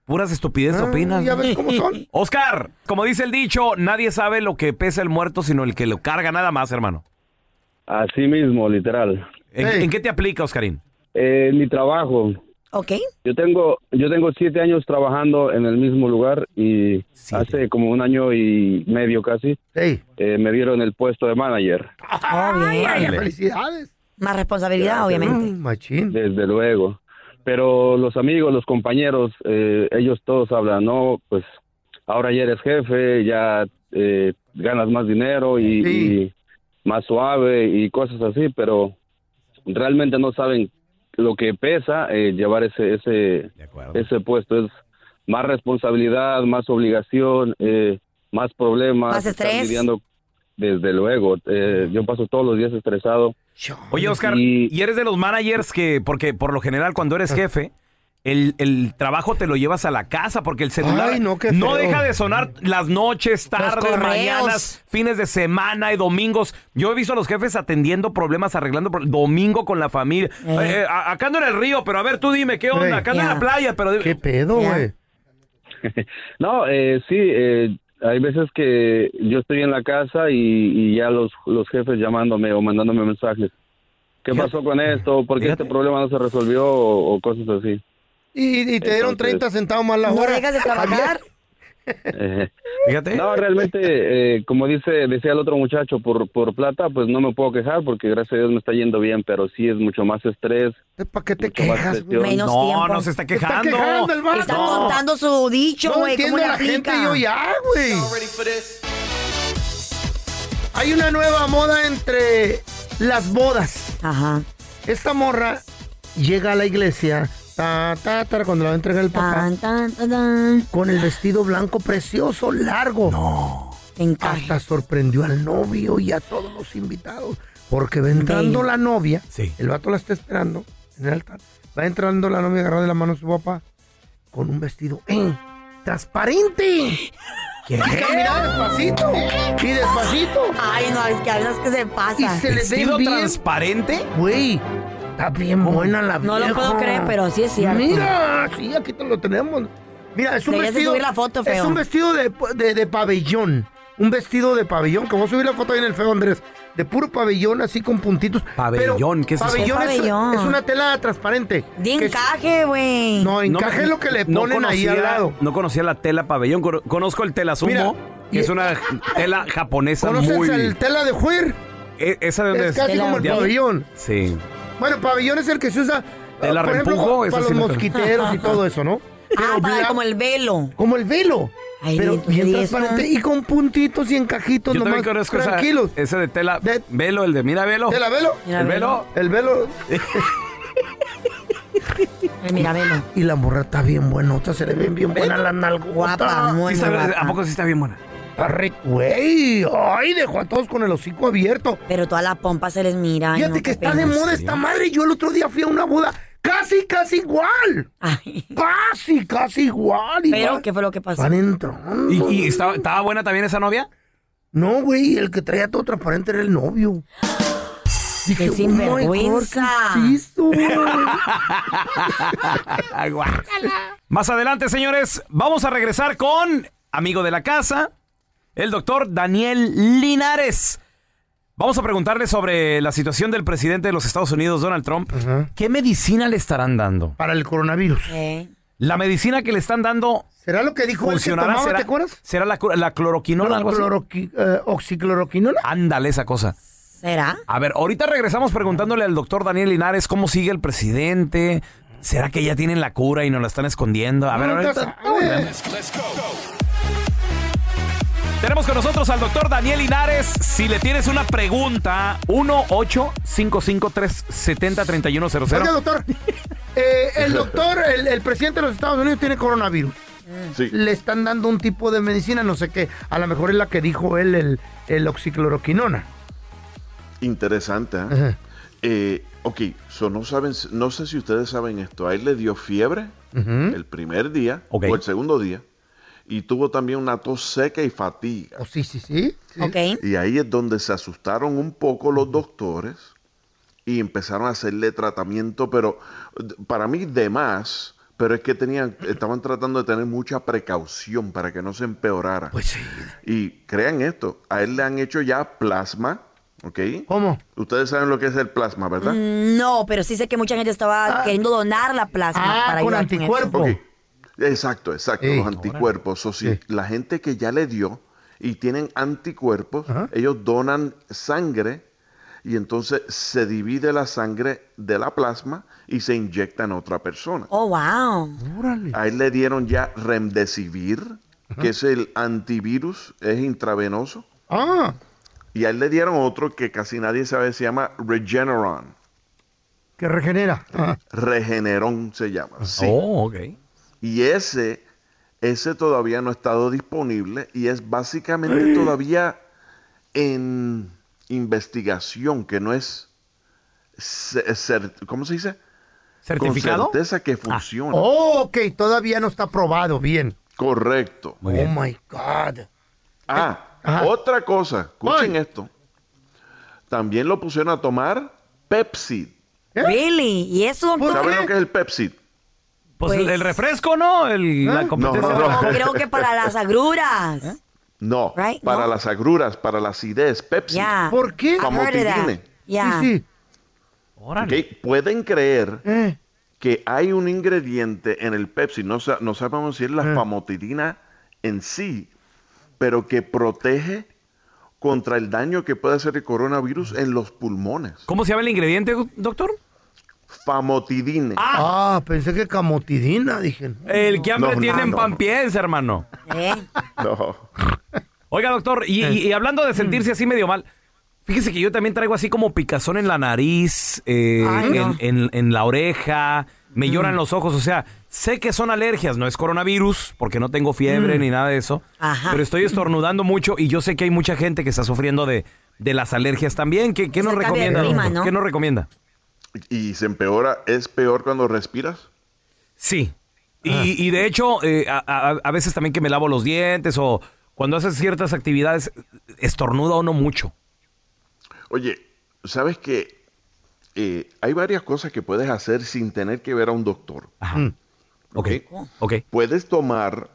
Puras estupideces Ah, opinas. Ya ¿no? ves cómo son. Oscar, como dice el dicho, nadie sabe lo que pesa el muerto, sino el que lo carga nada más, hermano. así mismo, literal. ¿En, Ey. en qué te aplica, Oscarín? Eh, mi trabajo. ¿Ok? Yo tengo, yo tengo siete años trabajando en el mismo lugar y Siete. hace como un año y medio casi Ey. eh, me dieron el puesto de manager, Ay, ay, Dale. Felicidades. Más responsabilidad, Ay, obviamente. machín. desde luego. Pero los amigos, los compañeros, eh, ellos todos hablan, no, pues ahora ya eres jefe, ya eh, ganas más dinero y, Sí. y más suave y cosas así, pero realmente no saben lo que pesa eh, llevar ese, ese, De acuerdo. ese puesto es más responsabilidad, más obligación, eh, más problemas. Más estar estrés. lidiando- desde luego, eh, yo paso todos los días estresado. Oye, Oscar, Y- y eres de los managers que, porque por lo general cuando eres jefe, el, el trabajo te lo llevas a la casa porque el celular Ay, no, qué feo. deja de sonar las noches, tardes, correos. mañanas, fines de semana y domingos. Yo he visto a los jefes atendiendo problemas, arreglando pro- domingo con la familia. Eh, eh, a- acá ando en el río, pero a ver, tú dime, ¿qué onda? Ey. Acá ando en Ya. la playa, pero... ¿Qué pedo, Ya. güey? No, eh, sí, eh, hay veces que yo estoy en la casa y, y ya los, los jefes llamándome o mandándome mensajes. ¿Qué Fíjate. pasó con esto? ¿Por qué Fíjate. este problema no se resolvió? O, o cosas así. Y, y te dieron Entonces- 30 centavos más la No hora. dejas de trabajar. Eh, Fíjate. No, realmente, eh, como dice, decía el otro muchacho, por, por plata, pues no me puedo quejar porque gracias a Dios me está yendo bien, pero sí es mucho más estrés. ¿Para qué te Mucho más quejas, presión. güey? Menos no, tiempo. no se está Se está quejando. quejando el Mm, vato. Está No. contando su dicho, No güey. entiendo ¿Cómo le a la aplica? gente yo ya, güey. Hay una nueva moda entre las bodas. Ajá. Esta morra llega a la iglesia Ta, ta, ta, cuando la va a entregar el papá. Con el vestido blanco precioso, largo. No. Hasta sorprendió al novio y a todos los invitados. Porque va entrando Sí. la novia. Sí. El vato la está esperando en el altar. Va entrando la novia agarrada de la mano de su papá. Con un vestido ¡eh! transparente. ¿Qué? Ay, Mira, despacito. Y despacito. Ay, no, es que a veces que se pasa. Y se le ve bien. transparente? Güey, está bien buena la No lo vieja. puedo creer, pero sí es cierto. Mira, sí, aquí te lo tenemos. Mira, es un Deberías de vestido. subir la foto, feo. Es un vestido de, de- de pabellón. Un vestido de pabellón, que voy a subir la foto ahí en el feo, Andrés. De puro pabellón, así con puntitos. Pabellón, Pero ¿qué es eso? pabellón es, Pabellón. es una tela transparente. De Que- encaje, güey. No, No encaje me- es lo que le no ponen ahí conocía- al lado. No conocía la tela pabellón. Cono- Conozco el tela sumo, Mira, que y- es una tela japonesa ¿Conoces muy. el tela de juer? E- ¿Esa de dónde es? Es casi Tela como el de- pabellón. Sí. Bueno, pabellón es el que se usa. Te la por ejemplo, rempujo, esa para sí la tengo. los mosquiteros y todo eso, ¿no? Ah, para- blan- como el velo. Como el velo. Ay, pero entonces, bien ¿y transparente eso? y con puntitos y encajitos Yo nomás. también conozco esa- Tranquilos. ese de tela De- velo, el de mira velo. ¿Te la velo? Mira, el velo. velo. El velo. Ay, mira, velo. Y la morra está bien buenota, se le ven bien buena la nalgota. Guapa, muy Sí está- guapa. ¿A poco sí está bien buena? Está re- Güey, ay, dejó a todos con el hocico abierto. Pero todas las pompas se les mira. ay, Fíjate no, que qué está pena. de moda serio? esta madre. Yo el otro día fui a una boda casi, casi igual. Ay, Casi, casi igual. y pero, van- ¿qué fue lo que pasó? Van entrando. ¿Y, y estaba, estaba buena también esa novia? No, güey, el que traía todo transparente era el novio. Dije, ¡Qué "Oh my God, sinvergüenza! ¿qué es esto?" Ay, guácala. Más adelante, señores, vamos a regresar con amigo de la casa, el doctor Daniel Linares. Vamos a preguntarle sobre la situación del presidente de los Estados Unidos, Donald Trump. Ajá. ¿Qué medicina le estarán dando? Para el coronavirus. Eh, La medicina que le están dando ¿Será lo que dijo él que funcionará. tomaba, ¿Será, te acuerdas? será la, cu- la cloroquinona algo así? Cloroqui- eh, ¿Oxicloroquinona? Ándale esa cosa. ¿Será? A ver, ahorita regresamos preguntándole al doctor Daniel Linares cómo sigue el presidente. ¿Será que ya tienen la cura y nos la están escondiendo? A ver, Nunca ahorita. sabes. Tenemos con nosotros al doctor Daniel Linares. Si le tienes una pregunta, 1 855 370 Oiga, 3100 doctor, eh, el doctor, el, el presidente de los Estados Unidos tiene coronavirus. Sí. Le están dando un tipo de medicina, no sé qué. A lo mejor es la que dijo él, el, el oxicloroquinona. Interesante. ¿eh? Ajá. Eh, ok, so no, saben, no sé si ustedes saben esto. A él le dio fiebre Ujú. el primer día Ok. o el segundo día y tuvo también una tos seca y fatiga. Oh, sí, sí, sí. sí. Ok. Y ahí es donde se asustaron un poco los doctores y empezaron a hacerle tratamiento, pero d- para mí de más, pero es que tenían, estaban tratando de tener mucha precaución para que no se empeorara. Pues sí. Y crean esto, a él le han hecho ya plasma, ¿ok? ¿Cómo? Mm, Ustedes saben lo que es el plasma, ¿verdad? Mm, No, pero sí sé que mucha gente estaba Ah. queriendo donar la plasma Ah, para con ayudar con eso. anticuerpos. Ok. Exacto, exacto. Ey, los anticuerpos. O si Sí. la gente que ya le dio y tienen anticuerpos, Ajá. ellos donan sangre y entonces se divide la sangre de la plasma y se inyectan a otra persona. Oh, wow. Órale. A él le dieron ya remdesivir, que es el antivirus, es intravenoso. Ah, Y a él le dieron otro que casi nadie sabe, se llama Regeneron. que regenera. Ah. Regeneron se llama. Sí. Oh, ok. Y ese, ese todavía no ha estado disponible y es básicamente todavía en investigación, que no es, ce- cer- ¿cómo se dice? ¿Certificado? Ah. Con certeza que funciona. Oh, ok, todavía no está probado, bien. Correcto. Muy bien. Oh my God. Ah, Ajá. otra cosa, escuchen Ay. esto. También lo pusieron a tomar Pepsi. ¿Eh? Really? ¿Y eso, Pues, ¿Saben doctor? qué? lo que es el Pepsi? Pues, Pues- el refresco, ¿no? El- ¿Eh? La competencia. No, no, No, creo que para las agruras. No, Right, para no. las agruras, para la acidez, Pepsi. Yeah. ¿Por qué? I heard of that. Famotidine. Yeah. Sí, sí. Órale. Ok, Pueden creer Eh, que hay un ingrediente en el Pepsi, no, sa- no sabemos si es Eh. la famotidina en sí, pero que protege contra el daño que puede hacer el coronavirus en los pulmones. ¿Cómo se llama el ingrediente, doctor? Famotidine. Ah, pensé que camotidina, dije. no. El que hambre No, no, tiene en no. pampiés, hermano. ¿Eh? No. Oiga, doctor, y, y- y hablando de sentirse así medio mal, fíjese que yo también traigo así como picazón en la nariz, eh, Ay, en, no. en- en la oreja, me lloran los ojos, o sea, sé que son alergias, no es coronavirus, porque no tengo fiebre Mm. ni nada de eso, Ajá. pero estoy estornudando mucho y yo sé que hay mucha gente que está sufriendo de, de las alergias también. ¿Qué, qué nos Pues el cambio de recomienda? clima, doctor? ¿no? ¿Qué nos recomienda? Y se empeora, ¿es peor cuando respiras? Sí. Y, y de hecho, eh, a, a- a veces también que me lavo los dientes o cuando haces ciertas actividades, estornuda uno mucho. Oye, ¿sabes que hay varias cosas que puedes hacer sin tener que ver a un doctor? Ok. Ok. Puedes tomar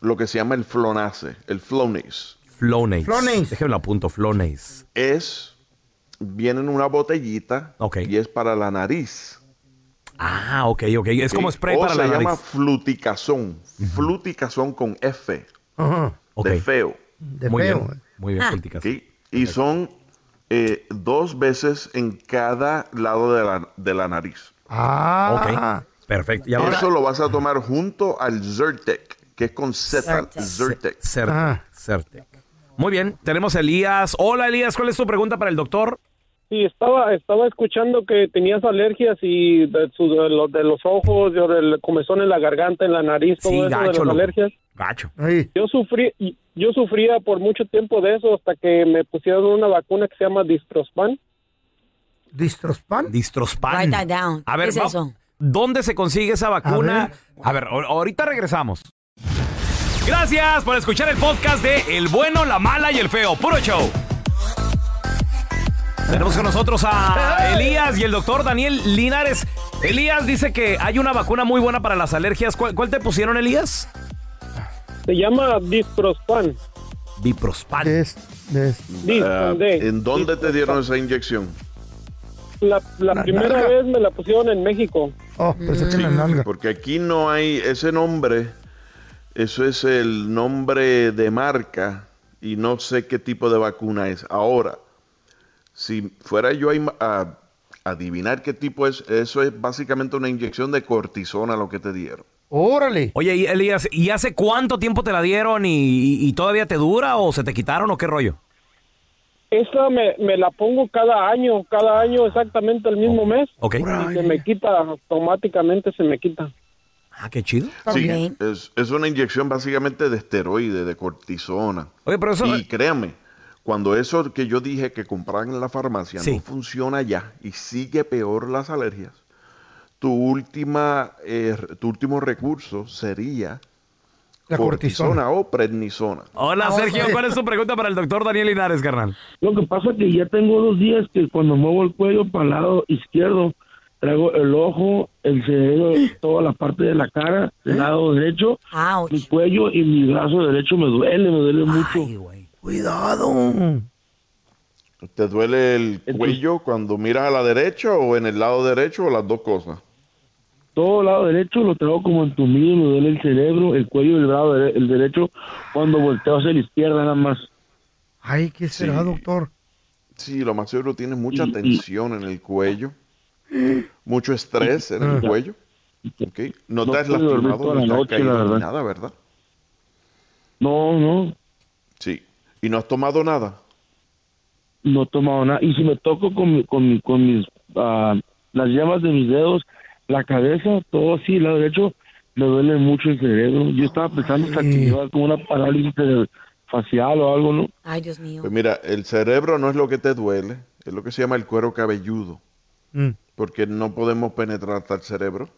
lo que se llama el flonace, el flonace. Flonase. Flonase. Déjenlo apunto, flonase. Es, viene en una botellita y es para la nariz. Ah, ok, ok. Es como spray o para se la llama nariz. fluticasón. Fluticasón con F. Ah. De feo. Muy bien, Muy bien, Fluticasón. Ok, Y son eh, dos veces en cada lado de la, de la nariz. Ah. Ok. Perfecto. Ya Eso lo vas a tomar junto al Zyrtec, que es con Z. Zyrtec. Certe, Ah. certe. Muy bien, tenemos a Elías. Hola Elías, ¿cuál es tu pregunta para el doctor? Sí, estaba, estaba escuchando que tenías alergias y de, su- de lo- de los ojos, de, del comezón en la garganta, en la nariz, todo Sí, eso de gacho, las loco. alergias. Gacho. Yo sufrí, yo sufría por mucho tiempo de eso hasta que me pusieron una vacuna que se llama Distrospan. ¿Distrospan? Distrospan. Write that down. A ver, ¿Qué es va- eso? ¿dónde se consigue esa vacuna? A ver, ahor- ahorita regresamos. Gracias por escuchar el podcast de El bueno, la mala y el feo. Puro show. Tenemos con nosotros a Elías y el doctor Daniel Linares. Elías dice que hay una vacuna muy buena para las alergias. ¿Cuál, cuál te pusieron, Elías? Se llama Distrospan. Viprospan. Ah, D. ¿En dónde te dieron esa inyección? La, la primera vez me la pusieron en México. Oh. Sí, porque aquí no hay ese nombre. Eso es el nombre de marca y no sé qué tipo de vacuna es. Ahora, si fuera yo a, im- a adivinar qué tipo es, eso es básicamente una inyección de cortisona lo que te dieron. Órale. Oye, y Elías, ¿y hace cuánto tiempo te la dieron y, y- y todavía te dura o se te quitaron o qué rollo? Esa me, me la pongo cada año, cada año exactamente el mismo mes. Oh, Ok. Y se me quita, automáticamente se me quita. Ah, qué chido. Sí, es, es una inyección básicamente de esteroide, de cortisona. Oye, pero eso- Y créame, cuando eso que yo dije que compraban en la farmacia no funciona ya y sigue peor las alergias, tu, última, eh, tu último recurso sería La cortisona. o prednisona. Hola, Sergio, ¿cuál es tu pregunta para el doctor Daniel Linares, carnal? Lo que pasa es que ya tengo dos días que cuando muevo el cuello para el lado izquierdo, traigo el ojo, el cerebro, toda la parte de la cara, el lado derecho, mi cuello y mi brazo derecho me duele, me duele mucho. Cuidado. ¿Te duele el cuello cuando miras a la derecha o en el lado derecho o las dos cosas? Todo el lado derecho lo traigo como entumido, me duele el cerebro, el cuello y el brazo dere- el derecho cuando volteo hacia la izquierda nada más. Ay, ¿qué será, doctor? Sí, lo más seguro tienes mucha Y- y- tensión en el cuello, mucho estrés en el Ya. cuello. ok. No, No te has pude dormir lastimado, toda no la te has noche, caído la ni verdad. nada, ¿verdad? No, no, Sí. ¿Y no has tomado nada? no he tomado nada. Y si me toco con, mi- con, mi- con mis, ah, las llamas de mis dedos, la cabeza, todo así, el lado derecho, me duele mucho el cerebro. Yo estaba pensando hasta que iba como una parálisis de- facial o algo, ¿no? Ay, Dios mío. Pues mira, el cerebro no es lo que te duele, es lo que se llama el cuero cabelludo, Mm. porque no podemos penetrar hasta el cerebro,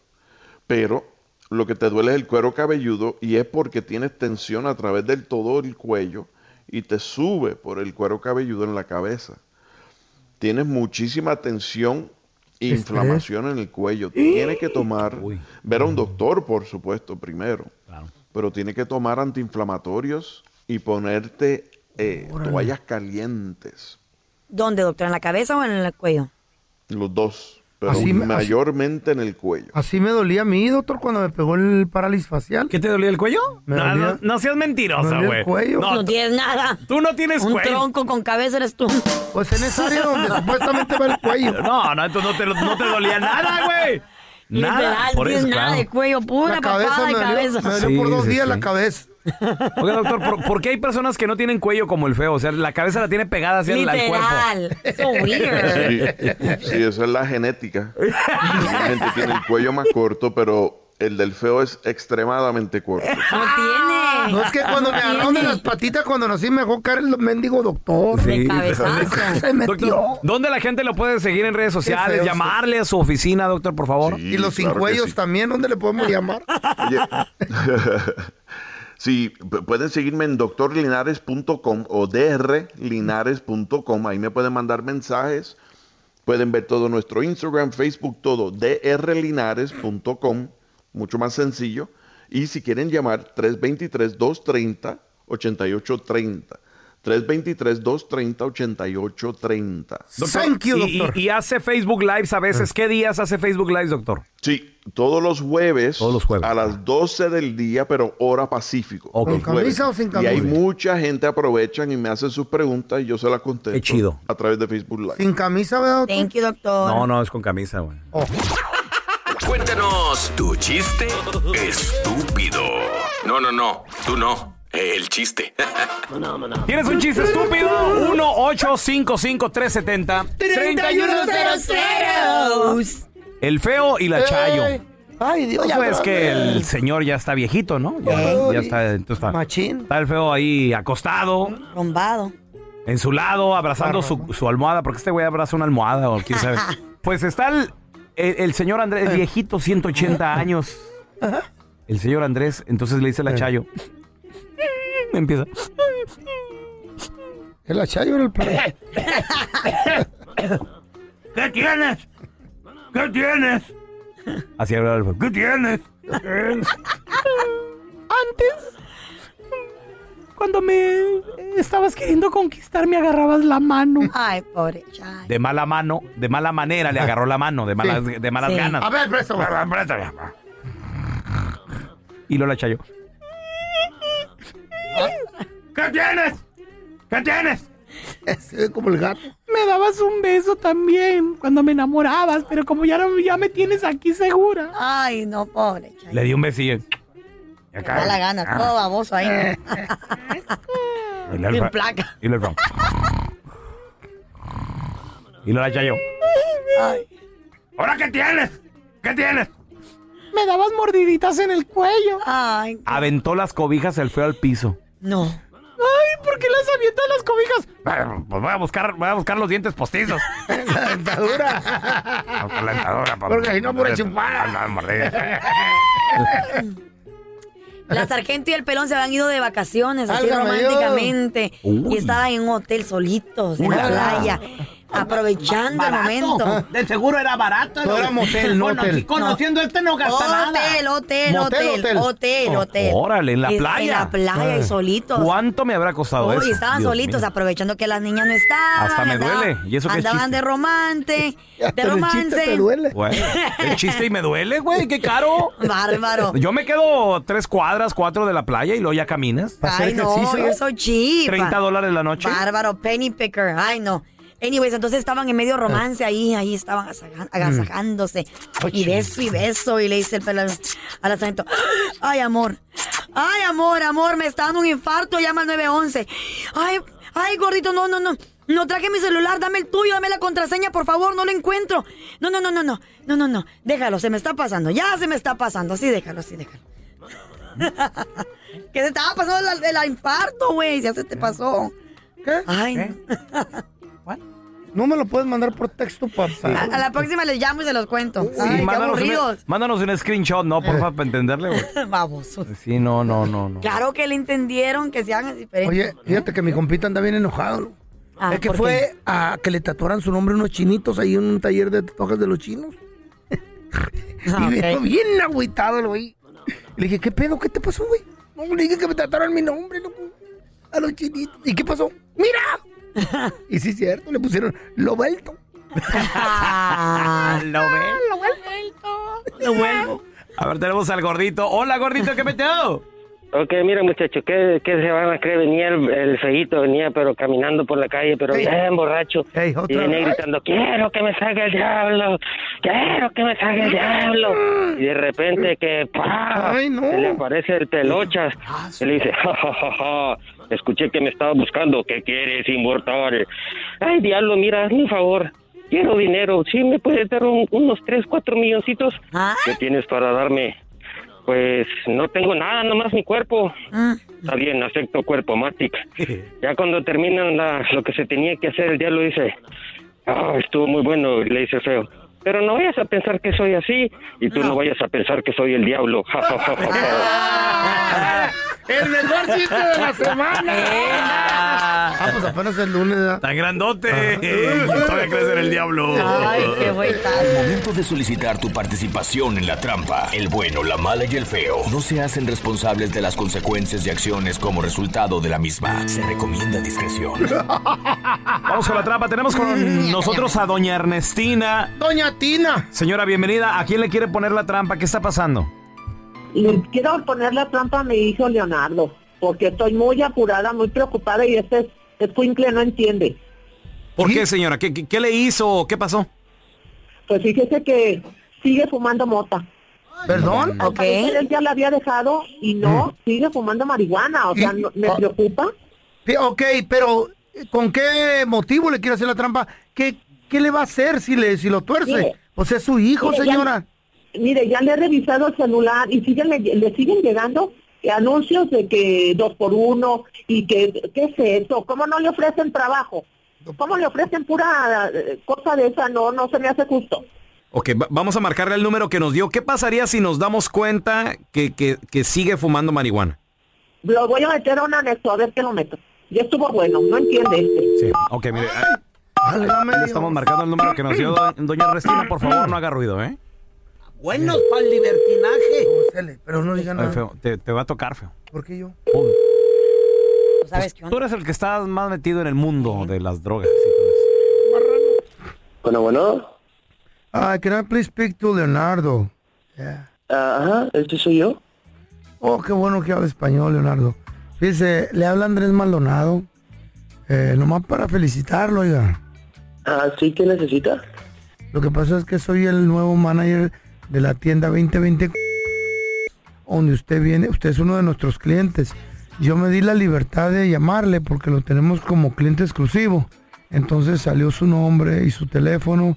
pero lo que te duele es el cuero cabelludo y es porque tienes tensión a través del todo el cuello y te sube por el cuero cabelludo en la cabeza. Tienes muchísima tensión e Estrés. inflamación en el cuello. Tienes que tomar, ver a un doctor, por supuesto, primero pero tiene que tomar antiinflamatorios y ponerte eh, toallas calientes, ¿Dónde, doctor? ¿En la cabeza o en el cuello? los dos, pero Así me- así- mayormente en el cuello. Así me dolía a mí, doctor, cuando me pegó el parálisis facial. ¿Qué te dolía el cuello? Me No, dolía- no- no seas me mentiroso, dolía el güey. cuello. No, No, tú- tienes nada. Tú no tienes Un cuello. tronco con cabeza eres tú. Pues en esa área donde supuestamente va el cuello. no, no, entonces no te, no te dolía nada, güey. Nada, Nada, por tienes eso, nada claro. de cuello, pura La cabeza papada de me dolió, cabeza. me dolió por dos días la cabeza. Oiga, doctor, ¿por, por qué hay personas que no tienen cuello como el feo? O sea, la cabeza la tiene pegada hacia el- al cuerpo. Literal. So Sí, weird. sí, eso es la genética. La gente tiene el cuello más corto, pero el del feo es extremadamente corto. No tiene. No es que cuando me agarraron de las patitas, cuando nací, me dejó caer el mendigo doctor. Sí. Se metió. Doctor, ¿dónde la gente lo puede seguir en redes sociales? feo, Llamarle a su oficina, doctor, por favor. Sí, Y los sin claro que cuellos sí. también, ¿dónde le podemos llamar? Oye, sí, p- pueden seguirme en doctorlinares.com o drlinares.com. Ahí me pueden mandar mensajes. Pueden ver todo nuestro Instagram, Facebook, todo. drlinares.com. Mucho más sencillo. Y si quieren llamar, 323-230-8830. 323-230-8830. Doctor, y- Y, y hace Facebook Lives a veces. ¿Qué días hace Facebook Lives, doctor? Sí, todos los jueves. A las 12 del día, pero hora pacífico. Los ¿Con camisa jueves. o sin Y hay camisa? mucha gente aprovechan y me hacen sus preguntas y yo se las contesto. Qué chido. A través de Facebook Live. Sin camisa, ¿verdad? doctor? Thank you, doctor. No, no, es con camisa, güey. Cuéntanos tu chiste estúpido. No, no, no. Tú no. El chiste. ¿Tienes un chiste estúpido? 1-855-370-3100. El feo y la Chayo. Ay, Dios. Ya ves adorable. que el señor ya está viejito, ¿no? Ya, ya está, entonces está. Está el feo ahí acostado, Rombado. en su lado, abrazando su, su almohada, porque este güey abraza una almohada o quién sabe. Pues está el, el- el señor Andrés, viejito, 180 años. El señor Andrés, entonces le dice Eh. la Chayo. Empieza. ¿El achayo era el perro? ¿Qué tienes? ¿Qué tienes? Así hablaba el feo. ¿Qué tienes? Antes, cuando me estabas queriendo conquistar, me agarrabas la mano. Ay, pobre Chayo. De mala mano, de mala manera le agarró la mano, de malas, de malas Sí. ganas. A ver, préstame. préstame. Y Lola Chayo. ¿Qué tienes? ¿Qué tienes? Se ve como el gato. Me dabas un beso también cuando me enamorabas, pero como ya, no- ya me tienes aquí segura. Ay, no, pobre Chayo. Le dio un besillo. Y acá- Da la gana, Ah. todo baboso ahí. Eh. Y Lola- Sin placa. Y Lola- Y Lola Chayo. Ay. ¿Ahora qué tienes? ¿Qué tienes? Me dabas mordiditas en el cuello. Ay, Aventó las cobijas el feo al piso. no. Ay, ¿por qué las avientas las cobijas? Bueno, Pues voy a buscar, voy a buscar los dientes postizos. La dentadura. Porque pues. si no, pura chupada. Ah, La sargento y el pelón se habían ido de vacaciones, así Válgame Dios. románticamente. Uy. Y estaban en un hotel solitos, en Uy, la la- playa, aprovechando el Barato. momento. De seguro era barato. No era motel, no Cono- hotel. Conociendo este no gasta Hotel, nada. hotel, Motel, hotel, hotel, hotel. hotel, Oh, Órale, en la En- playa. Ah. En la playa y solitos. ¿Cuánto me habrá costado Uy, eso? estaban Dios solitos, mío. aprovechando que las niñas no estaban. Hasta me andaban- duele. ¿Y eso qué es Andaban chiste? de romance, de en el chiste romance. te duele. Bueno, el chiste y me duele, güey, qué caro. Bárbaro. Yo me quedo tres cuadras, cuatro de la playa y luego ya caminas. Ay, no, yo soy cheap. 30 dólares la noche. Bárbaro, penny picker. Ay, no. Anyways, entonces estaban en medio romance ahí, ahí estaban Mm. asaja- agasajándose. Y beso y beso. Y le dice el pelado al acento: Ay, amor. Ay, amor, amor, me está dando un infarto. Llama al 911. Ay, ay, gordito, no, no, no. No traje mi celular, dame el tuyo, dame la contraseña, por favor, no lo encuentro. No, no, no, no, no, no, no, no. Déjalo, se me está pasando, ya se me está pasando. Sí, déjalo, sí, déjalo. que se estaba pasando la- el, infarto, güey, ya se te pasó. ¿Qué? Ay, no. No me lo puedes mandar por texto, papá. A, a la próxima les llamo y se los cuento. Sí, Ay, qué mándanos, un, aburridos. mándanos un screenshot, ¿no? Porfa, para entenderle, güey. Vamos. Sí, no, no, no, no. Claro que le entendieron que se hagan diferentes. Oye, fíjate que mi compita anda bien enojado. loco. Ah, es que ¿por fue qué? a que le tatuaran su nombre unos chinitos ahí en un taller de tatuajes de los chinos. Ah, y me ok. bien agüitado el güey. Le dije, ¿qué pedo? ¿Qué te pasó, güey? No, le dije que me trataron mi nombre, loco. A los chinitos. ¿Y qué pasó? ¡Mira! y sí, cierto, le pusieron lo vuelto. lo ven. Lo vuelto. A ver, tenemos al gordito. Hola, gordito, ¿qué meteo? Ok, mira muchachos, ¿qué, qué se van a creer? Venía el, el feíto, venía pero caminando por la calle, pero Ey. bien borracho. y otra venía vez. gritando, quiero que me salga el diablo, quiero que me salga el diablo. Y de repente que, ¡pah! Se le aparece el pelochas. Y le dice, "Ja, ja, ja, ja, escuché que me estaba buscando, ¿qué quieres, inmortal? Ay, diablo, mira, hazme un favor. Quiero dinero, ¿sí me puedes dar un- unos 3, 4 milloncitos? ¿Qué tienes para darme? Pues no tengo nada, nomás mi cuerpo. Está bien, acepto cuerpo, Matic. Ya cuando terminan la- lo que se tenía que hacer, el diablo dice, "Ah, estuvo muy bueno, y le dice feo. Pero no vayas a pensar que soy así y tú no, vayas a pensar que soy el diablo. Ja, ja, ja, ja, ja. El mejor chiste de la semana. Ah, pues apenas el lunes. ¿verdad? Tan grandote. Ah. Todavía crecer el diablo. Al momento de solicitar tu participación en la trampa, el bueno, la mala y el feo no se hacen responsables de las consecuencias y acciones como resultado de la misma. Se recomienda discreción. Vamos con la trampa. Tenemos con nosotros a doña Ernestina. Doña Tina. Señora, bienvenida. ¿A quién le quiere poner la trampa? ¿Qué está pasando? Le quiero poner la trampa a mi hijo Leonardo, porque estoy muy apurada, muy preocupada y este escuincle no entiende. ¿Por qué, señora? ¿Qué, qué- qué le hizo? ¿Qué pasó? Pues fíjese que sigue fumando mota. ¿Perdón? Al parecer él ya la había dejado y no, sigue fumando marihuana, o sea, no- me preocupa. Sí, Ok, pero eh, ¿con qué motivo le quiere hacer la trampa? ¿Qué, qué le va a hacer si, le, si lo tuerce? Mire. pues es su hijo, Mire, ya- señora. mire, ya le he revisado el celular y siguen, le, le siguen llegando eh, anuncios de que dos por uno y que, ¿qué es eso? ¿Cómo no le ofrecen trabajo? ¿Cómo le ofrecen pura eh, cosa de esa? No, no se me hace justo. Ok, va- vamos a marcarle el número que nos dio. ¿Qué pasaría si nos damos cuenta que, que- que sigue fumando marihuana? Lo voy a meter a un anexo, a ver qué lo meto. Ya estuvo bueno, no entiende este. Sí. Ok, mire. ahí- Ah, le estamos marcando el número que nos dio do- doña Ernestina. Por favor, no haga ruido, ¿eh? Buenos para el libertinaje. Pero no digan Ay, feo, te, te va a tocar, feo. ¿Por qué yo? Pues tú eres el que estás más metido en el mundo de las drogas. Bueno, bueno. Ah, can I please speak to Leonardo? Ajá, este soy yo. Oh, qué bueno que habla español, Leonardo. Fíjese, le habla Andrés Maldonado. Eh, nomás para felicitarlo, oiga. Ah, sí, ¿qué necesita? Lo que pasa es que soy el nuevo manager de la tienda 2020, donde usted viene, usted es uno de nuestros clientes. Yo me di la libertad de llamarle porque lo tenemos como cliente exclusivo. Entonces salió su nombre y su teléfono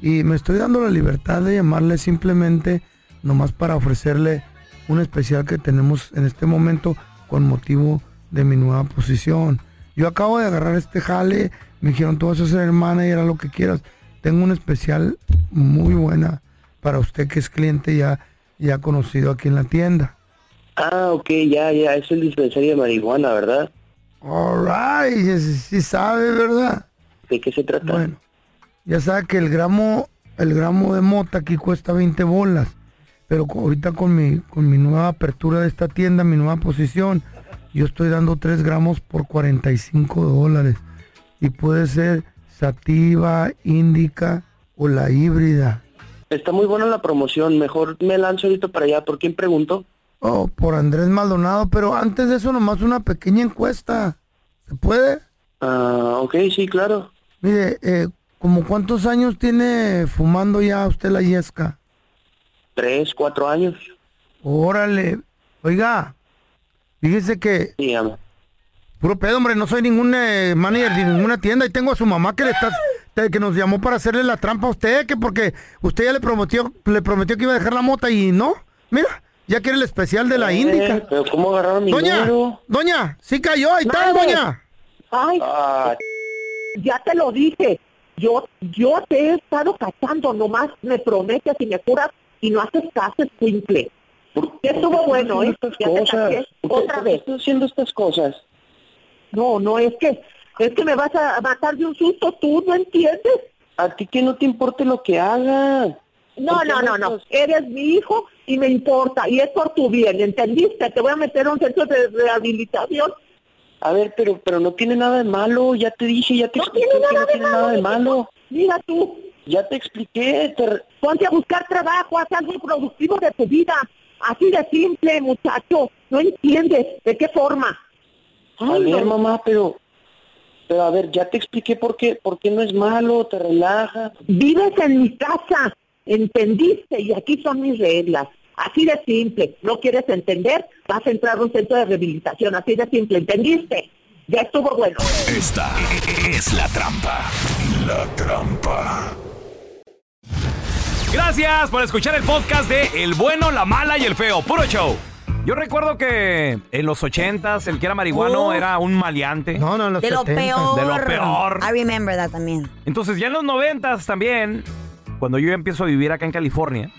y me estoy dando la libertad de llamarle simplemente nomás para ofrecerle un especial que tenemos en este momento con motivo de mi nueva posición. Yo acabo de agarrar este jale, me dijeron tú vas a ser el manager, haz lo que quieras. Tengo un especial muy buena para usted que es cliente ya, ya conocido aquí en la tienda. Ah, ok, ya, ya, es el dispensario de marihuana, ¿verdad? Alright, sí, sí sabe, ¿verdad? ¿De qué se trata? Bueno, ya sabe que el gramo, el gramo de mota aquí cuesta 20 bolas. Pero co- ahorita con mi, con mi nueva apertura de esta tienda, mi nueva posición, yo estoy dando 3 gramos por 45 dólares. Y puede ser sativa, índica o la híbrida. Está muy buena la promoción, mejor me lanzo ahorita para allá. ¿Por quién pregunto? Oh, por Andrés Maldonado, pero antes de eso nomás una pequeña encuesta. ¿Se puede? Ah, ok, sí, claro. Mire, eh, ¿como cuántos años tiene fumando ya usted la yesca? Tres, cuatro años. Órale. Oiga, fíjese que... Puro pedo, hombre, no soy ningún eh, manager de ninguna tienda y tengo a su mamá que le está... te- Que nos llamó para hacerle la trampa a usted, que porque usted ya le prometió, le prometió que iba a dejar la mota y no. Mira, ya quiere el especial de la Eh, índica. Pero ¿cómo agarraron mi Doña, número? doña, sí cayó, ahí está, Madre. doña. Ay, Ah. ya te lo dije. Yo, yo te he estado cachando, nomás me prometes y me curas y no haces caso, simple. Ya estuvo bueno, ¿eh? estas Ya te cosas? caché otra vez. estás haciendo estas cosas? No, no, es que, es que me vas a matar de un susto, tú no entiendes. A ti que no te importe lo que haga. No, ¿Por qué no, no, no. Eres mi hijo y me importa. Y es por tu bien, ¿entendiste? Te voy a meter a un centro de rehabilitación. A ver, pero pero no tiene nada de malo, ya te dije, ya te expliqué tiene que no nada de tiene nada de malo. Mira tú. Ya te expliqué, te re- Ponte a buscar trabajo, haz algo productivo de tu vida. Así de simple, muchacho. No entiendes de qué forma. A ver, no. mamá, pero, pero a ver, ya te expliqué por qué, por qué no es malo, te relaja. Vives en mi casa, entendiste, y aquí son mis reglas. Así de simple. No quieres entender, vas a entrar a un centro de rehabilitación. Así de simple, ¿entendiste? Ya estuvo bueno. Esta es la trampa. La trampa. Gracias por escuchar el podcast de El bueno, la mala y el feo. Puro show. Yo recuerdo que en los ochentas el que era marihuano Oh. era un maleante. No, no, en De lo peor. De lo peor. I remember that también. Entonces ya en los noventas también, cuando yo empiezo a vivir acá en California,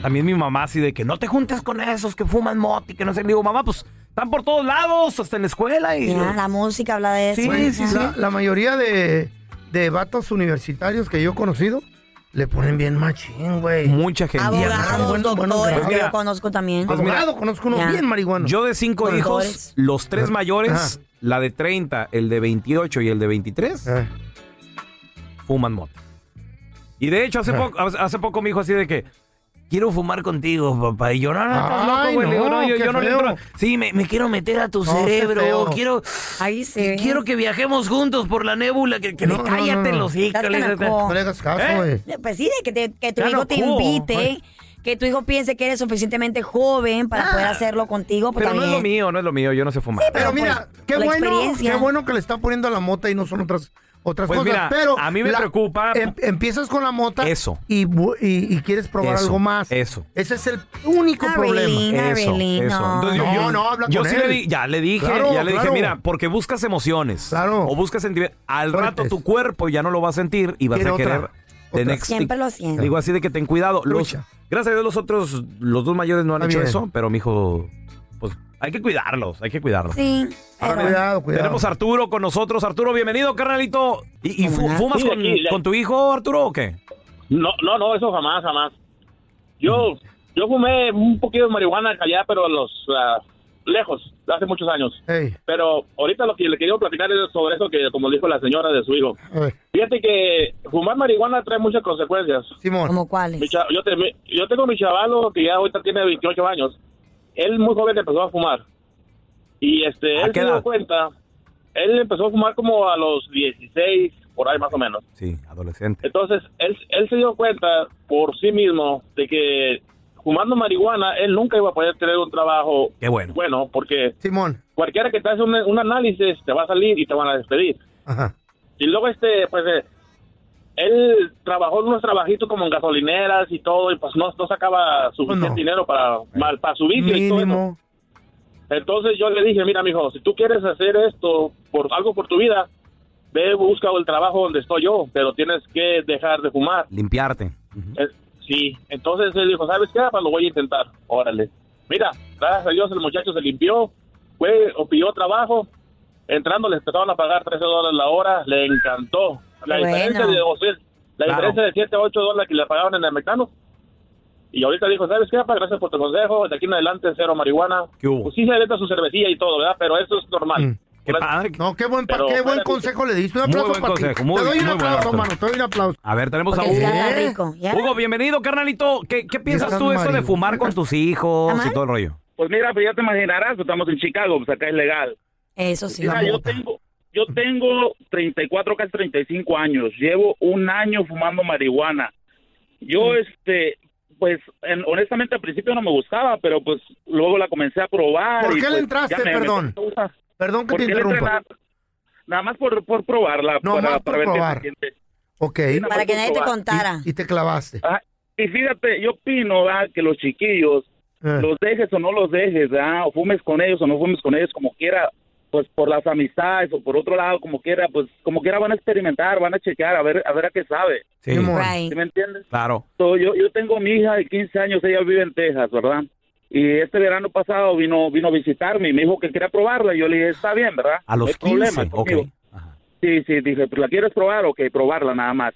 también mi mamá así de que no te juntes con esos que fuman mot y que no sé. Le digo, mamá, pues están por todos lados, hasta en la escuela. Y Mira, la música habla de eso. Güey, Ajá. La, la mayoría de, de vatos universitarios que yo he conocido le ponen bien machín, güey. Mucha gente. Abogados, Bueno, bueno, doctores, grado. que yo conozco también. Pues mira, Abogado, conozco uno Ya. bien marihuano. Yo de cinco Doctores. hijos, los tres Ajá. mayores, Ajá. la de 30, el de 28 y el de 23, fuman mota. Y de hecho, hace, Ah. poco, hace- hace poco me dijo así de que, quiero fumar contigo, papá. Y yo, no, no, estás loco, Ay, güey". Le digo, no, "No, yo, qué yo no le feo. entro". Sí, me, me quiero meter a tu No, qué cerebro. feo. Quiero, Ahí se quiero que viajemos juntos por la nébula. Que, que le- cállate los hijos. Estás le- canaco. ¿Eh? Pues sí, de que, te- que tu Ya hijo no te cubo. invite, que tu hijo piense que eres suficientemente joven para Ah. poder hacerlo contigo, pues Pero no es también. lo mío, no es lo mío. Yo no sé fumar. Pero mira, qué la bueno, experiencia. qué bueno que le están poniendo a la mota y no son otras otras Pues cosas. mira, pero a mí me preocupa- em- empiezas con la mota Eso. Y, bu- y- y quieres probar Eso, algo más. Eso. Ese es el único problema. Eso, eso. Entonces, yo, no, yo- no, habla yo con sí él. le di- ya le dije, Claro, ya le dije, claro. mira, porque buscas emociones. Claro. O buscas sentir. Al rato tu cuerpo ya no lo va a sentir y vas Quiere a otra, querer. the otra. next Siempre thing. lo siento. Digo así de que ten cuidado. Los, Lucha. gracias a Dios los otros, los dos mayores no han Está hecho bien. eso, pero mi hijo, pues hay que cuidarlos, hay que cuidarlos. Sí. Ahora, Ah, Cuidado, cuidado. Tenemos a Arturo con nosotros. Arturo, bienvenido, carnalito. ¿Y, y fu- Hola. fumas Sí, con, aquí, ya. con tu hijo, Arturo, o qué? No, no, no, eso jamás, jamás. Yo, yo fumé un poquito de marihuana allá, pero a los ah, lejos, hace muchos años. Pero ahorita lo que le quería platicar es sobre eso que, como dijo la señora de su hijo. Fíjate que fumar marihuana trae muchas consecuencias. ¿Como cuáles? Mi cha- yo, te- mi- yo tengo mi chavalo que ya ahorita tiene 28 años. Él muy joven empezó a fumar. Y este, ¿A él qué se dio edad? cuenta. Él empezó a fumar como a los 16, por ahí más o menos. Sí, adolescente. Entonces, él, él se dio cuenta por sí mismo de que fumando marihuana, él nunca iba a poder tener un trabajo Qué bueno. porque Simón. cualquiera que te hace un, un análisis te va a salir y te van a despedir. Ajá. Y luego este, pues, eh, él trabajó en unos trabajitos como en gasolineras y todo, y pues no, no sacaba suficiente dinero para, mal, para su vicio y todo eso. Mínimo. Entonces yo le dije, mira, mijo, si tú quieres hacer esto por algo por tu vida, ve, busca el trabajo donde estoy yo, pero tienes que dejar de fumar. Limpiarte. Eh, Sí, entonces él dijo, ¿sabes qué? Pues lo voy a intentar. Órale. Mira, gracias a Dios el muchacho se limpió, fue, o pidió trabajo. Entrando le empezaron a pagar 13 dólares la hora, le encantó. La Bueno. diferencia de, o sea, la Claro. diferencia de 7 a 8 dólares que le pagaban en el mecano. Y ahorita dijo, ¿sabes qué? Pues gracias por tu consejo, de aquí en adelante cero marihuana. ¿Qué hubo? Mm. Pues sí se avienta su cervecilla y todo, ¿verdad? Pero eso es normal. Qué padre. No, qué buen, pa- Pero qué buen fuera- consejo le diste. Un Muy aplauso buen para ti. consejo, muy- te doy un muy buen aplauso, Arturo. mano. Te doy un aplauso. A ver, tenemos a Porque les Hugo. queda rico, ¿ya? Hugo, bienvenido, carnalito. ¿Qué, qué piensas Gran tú de esto de marido. fumar con tus hijos y todo el rollo? Pues mira, pues ya te imaginarás, pues estamos en Chicago, pues acá es legal. Eso sí. Mira, yo tengo, yo tengo 34, casi 35 años. Llevo un año fumando marihuana. Mm. Yo, este, pues, en- honestamente al principio no me gustaba, pero pues luego la comencé a probar. ¿Por y, qué pues, le entraste, ya me- me- perdón? Perdón que ¿Por te qué le entré? interrumpa. Nada, nada más por, por probarla. No para, más por para ver qué se probar. siente. Ok. Para Para que nadie te probar. contara. Y, y te clavaste. Ah, y fíjate, yo opino ¿verdad? que los chiquillos, Eh. los dejes o no los dejes, ¿verdad? o fumes con ellos o no fumes con ellos, como quiera, pues por las amistades o por otro lado, como quiera, pues como quiera van a experimentar, van a checar, a ver a, ver a qué sabe. Sí. ¿Sí me entiendes? Claro. So, yo, yo tengo mi hija de 15 años, ella vive en Texas, ¿verdad? Y este verano pasado vino vino a visitarme y me dijo que quería probarla. Yo le dije, está bien, ¿verdad? A los hay problema 15, conmigo". Sí, sí, dije, "¿Pero ¿la quieres probar o qué? Probarla nada más.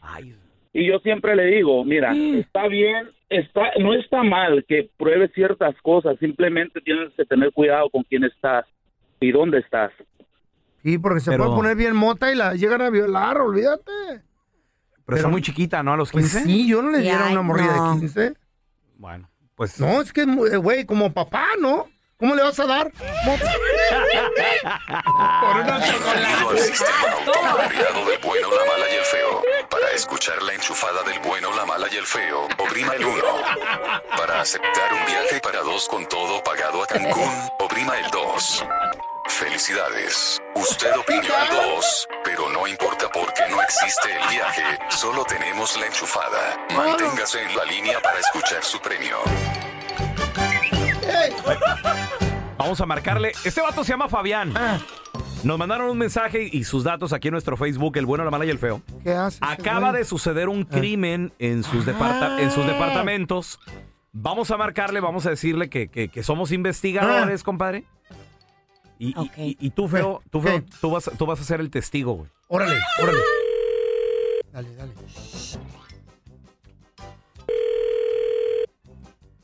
Y yo siempre le digo, mira, está bien, está, no está mal que pruebes ciertas cosas, simplemente tienes que tener cuidado con quién estás y dónde estás. Sí, porque se Pero- puede poner bien mota y la llegan a violar, olvídate. Pero, está muy chiquita, ¿no? A los 15. Pues sí, yo no le diera una morrida de 15. Pues Bueno. Pues No, es que, eh, güey, como papá, ¿no? ¿Cómo le vas a dar? Por una Bienvenido al sistema autovalidado del bueno, la mala y el feo. Para escuchar la enchufada del bueno, la mala y el feo, oprima el 1. Para aceptar un viaje para dos con todo pagado a Cancún, oprima el 2. Felicidades. Usted opinó el 2, pero no importa porque no existe el viaje, solo tenemos la enchufada. Manténgase en la línea para escuchar su premio. Vamos a marcarle. Este vato se llama Fabián. Nos mandaron un mensaje y sus datos aquí en nuestro Facebook, el bueno, la mala y el feo. ¿Qué haces? Acaba de suceder un crimen en sus, departa- en sus departamentos. Vamos a marcarle, vamos a decirle que, que- que somos investigadores, compadre. Y, y- y- y tú, feo, tú, feo tú, vas, tú vas a ser el testigo, güey. Órale, órale. Dale, dale.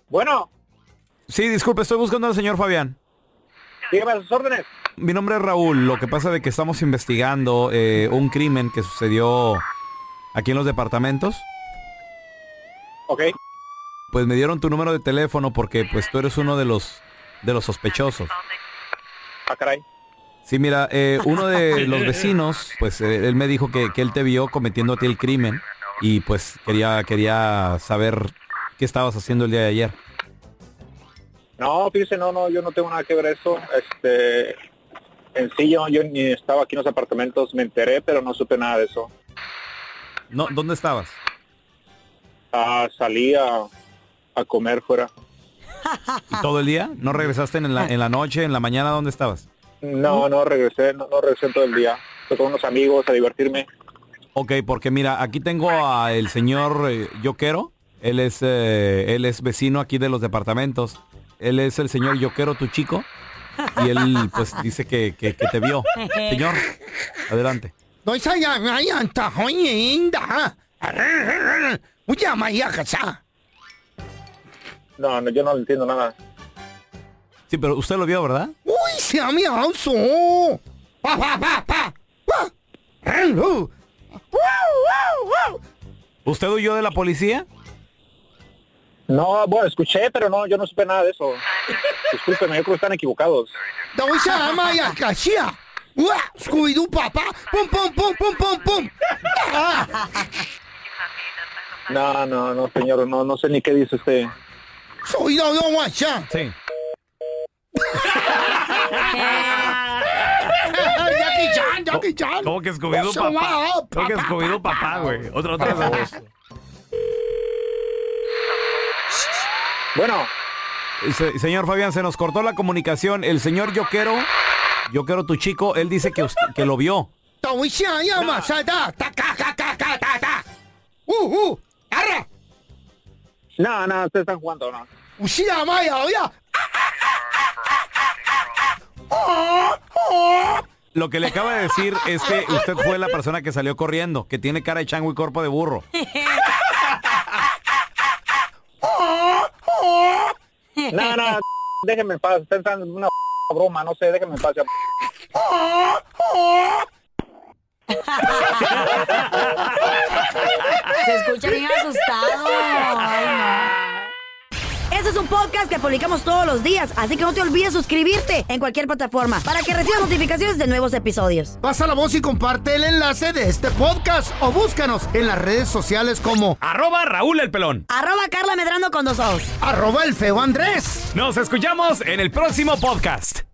Bueno. Sí, disculpe, estoy buscando al señor Fabián. Dígame a sus órdenes. Mi nombre es Raúl. Lo que pasa de que estamos investigando eh, un crimen que sucedió aquí en los departamentos. Ok. Pues me dieron tu número de teléfono porque pues tú eres uno de los de los sospechosos. Ah, caray. Sí, mira, eh, uno de los vecinos, pues eh, él me dijo que, que él te vio cometiendo a ti el crimen y pues quería quería saber qué estabas haciendo el día de ayer. No, fíjese, no, no, yo no tengo nada que ver eso. Este, en sí, yo, yo ni estaba aquí en los apartamentos, me enteré, pero no supe nada de eso. No, ¿dónde estabas? Ah, salí a, a comer fuera. ¿Y ¿Todo el día? ¿No regresaste en la, en la noche, en la mañana? ¿Dónde estabas? No, no regresé, no, no regresé en todo el día. Fui con unos amigos a divertirme. Ok, porque mira, aquí tengo al señor eh, Yoquero. Él es, eh, él es vecino aquí de los departamentos. Él es el señor Yoquero, tu chico. Y él, pues, dice que, que- que te vio. Señor, adelante. No es allá, no hay anta, oye, inda. Oye, María Casá. No, no, yo no entiendo nada. Sí, pero usted lo vio, ¿verdad? Uy, se ha mirado. su- Uh, Pa, pa, pa, pa. pa. Ren, uh. Wow, wow, wow. ¿Usted huyó de la policía? No, bueno, escuché, pero no, yo no supe nada de eso. Discúlpeme, yo creo que están equivocados. No es allá, María Casá. Uah, Scooby-Doo, papá. Pum, pum, pum, pum, pum, pum. Ah. No, no, no, señor, no, no sé ni qué dice usted. Soy no, no, guachá. Sí. Jackie Chan, Jackie Chan. ¿Cómo que Scooby-Doo, Show papá? up, ¿Cómo que oh, papá, Scooby-Doo, papá. papá, güey? Otra, otra vez. Bueno. señor Fabián, se nos cortó la comunicación. El señor Yoquero, Yoquero, tu chico, él dice que, usted- que lo vio. No es allá, Masada. Ta, ca, ca, ca, ca, ta, ta. Uh, uh. Arra. No, no, ustedes están jugando, no. Ushida Maya, oya. Oh, oh. Lo que le acaba de decir es que usted fue la persona que salió corriendo, que tiene cara de chango y cuerpo de burro. No, no, déjenme en paz. Ustedes están en una broma, no sé, déjenme en paz. ya. Se escucha bien asustado. Ay, no. Este es un podcast que publicamos todos los días, así que no te olvides suscribirte en cualquier plataforma para que recibas notificaciones de nuevos episodios. Pasa la voz y comparte el enlace de este podcast o búscanos en las redes sociales como Arroba Raúl el pelón. Arroba Carla Medrano con dos ojos. arroba el feo Andrés. Nos escuchamos en el próximo podcast.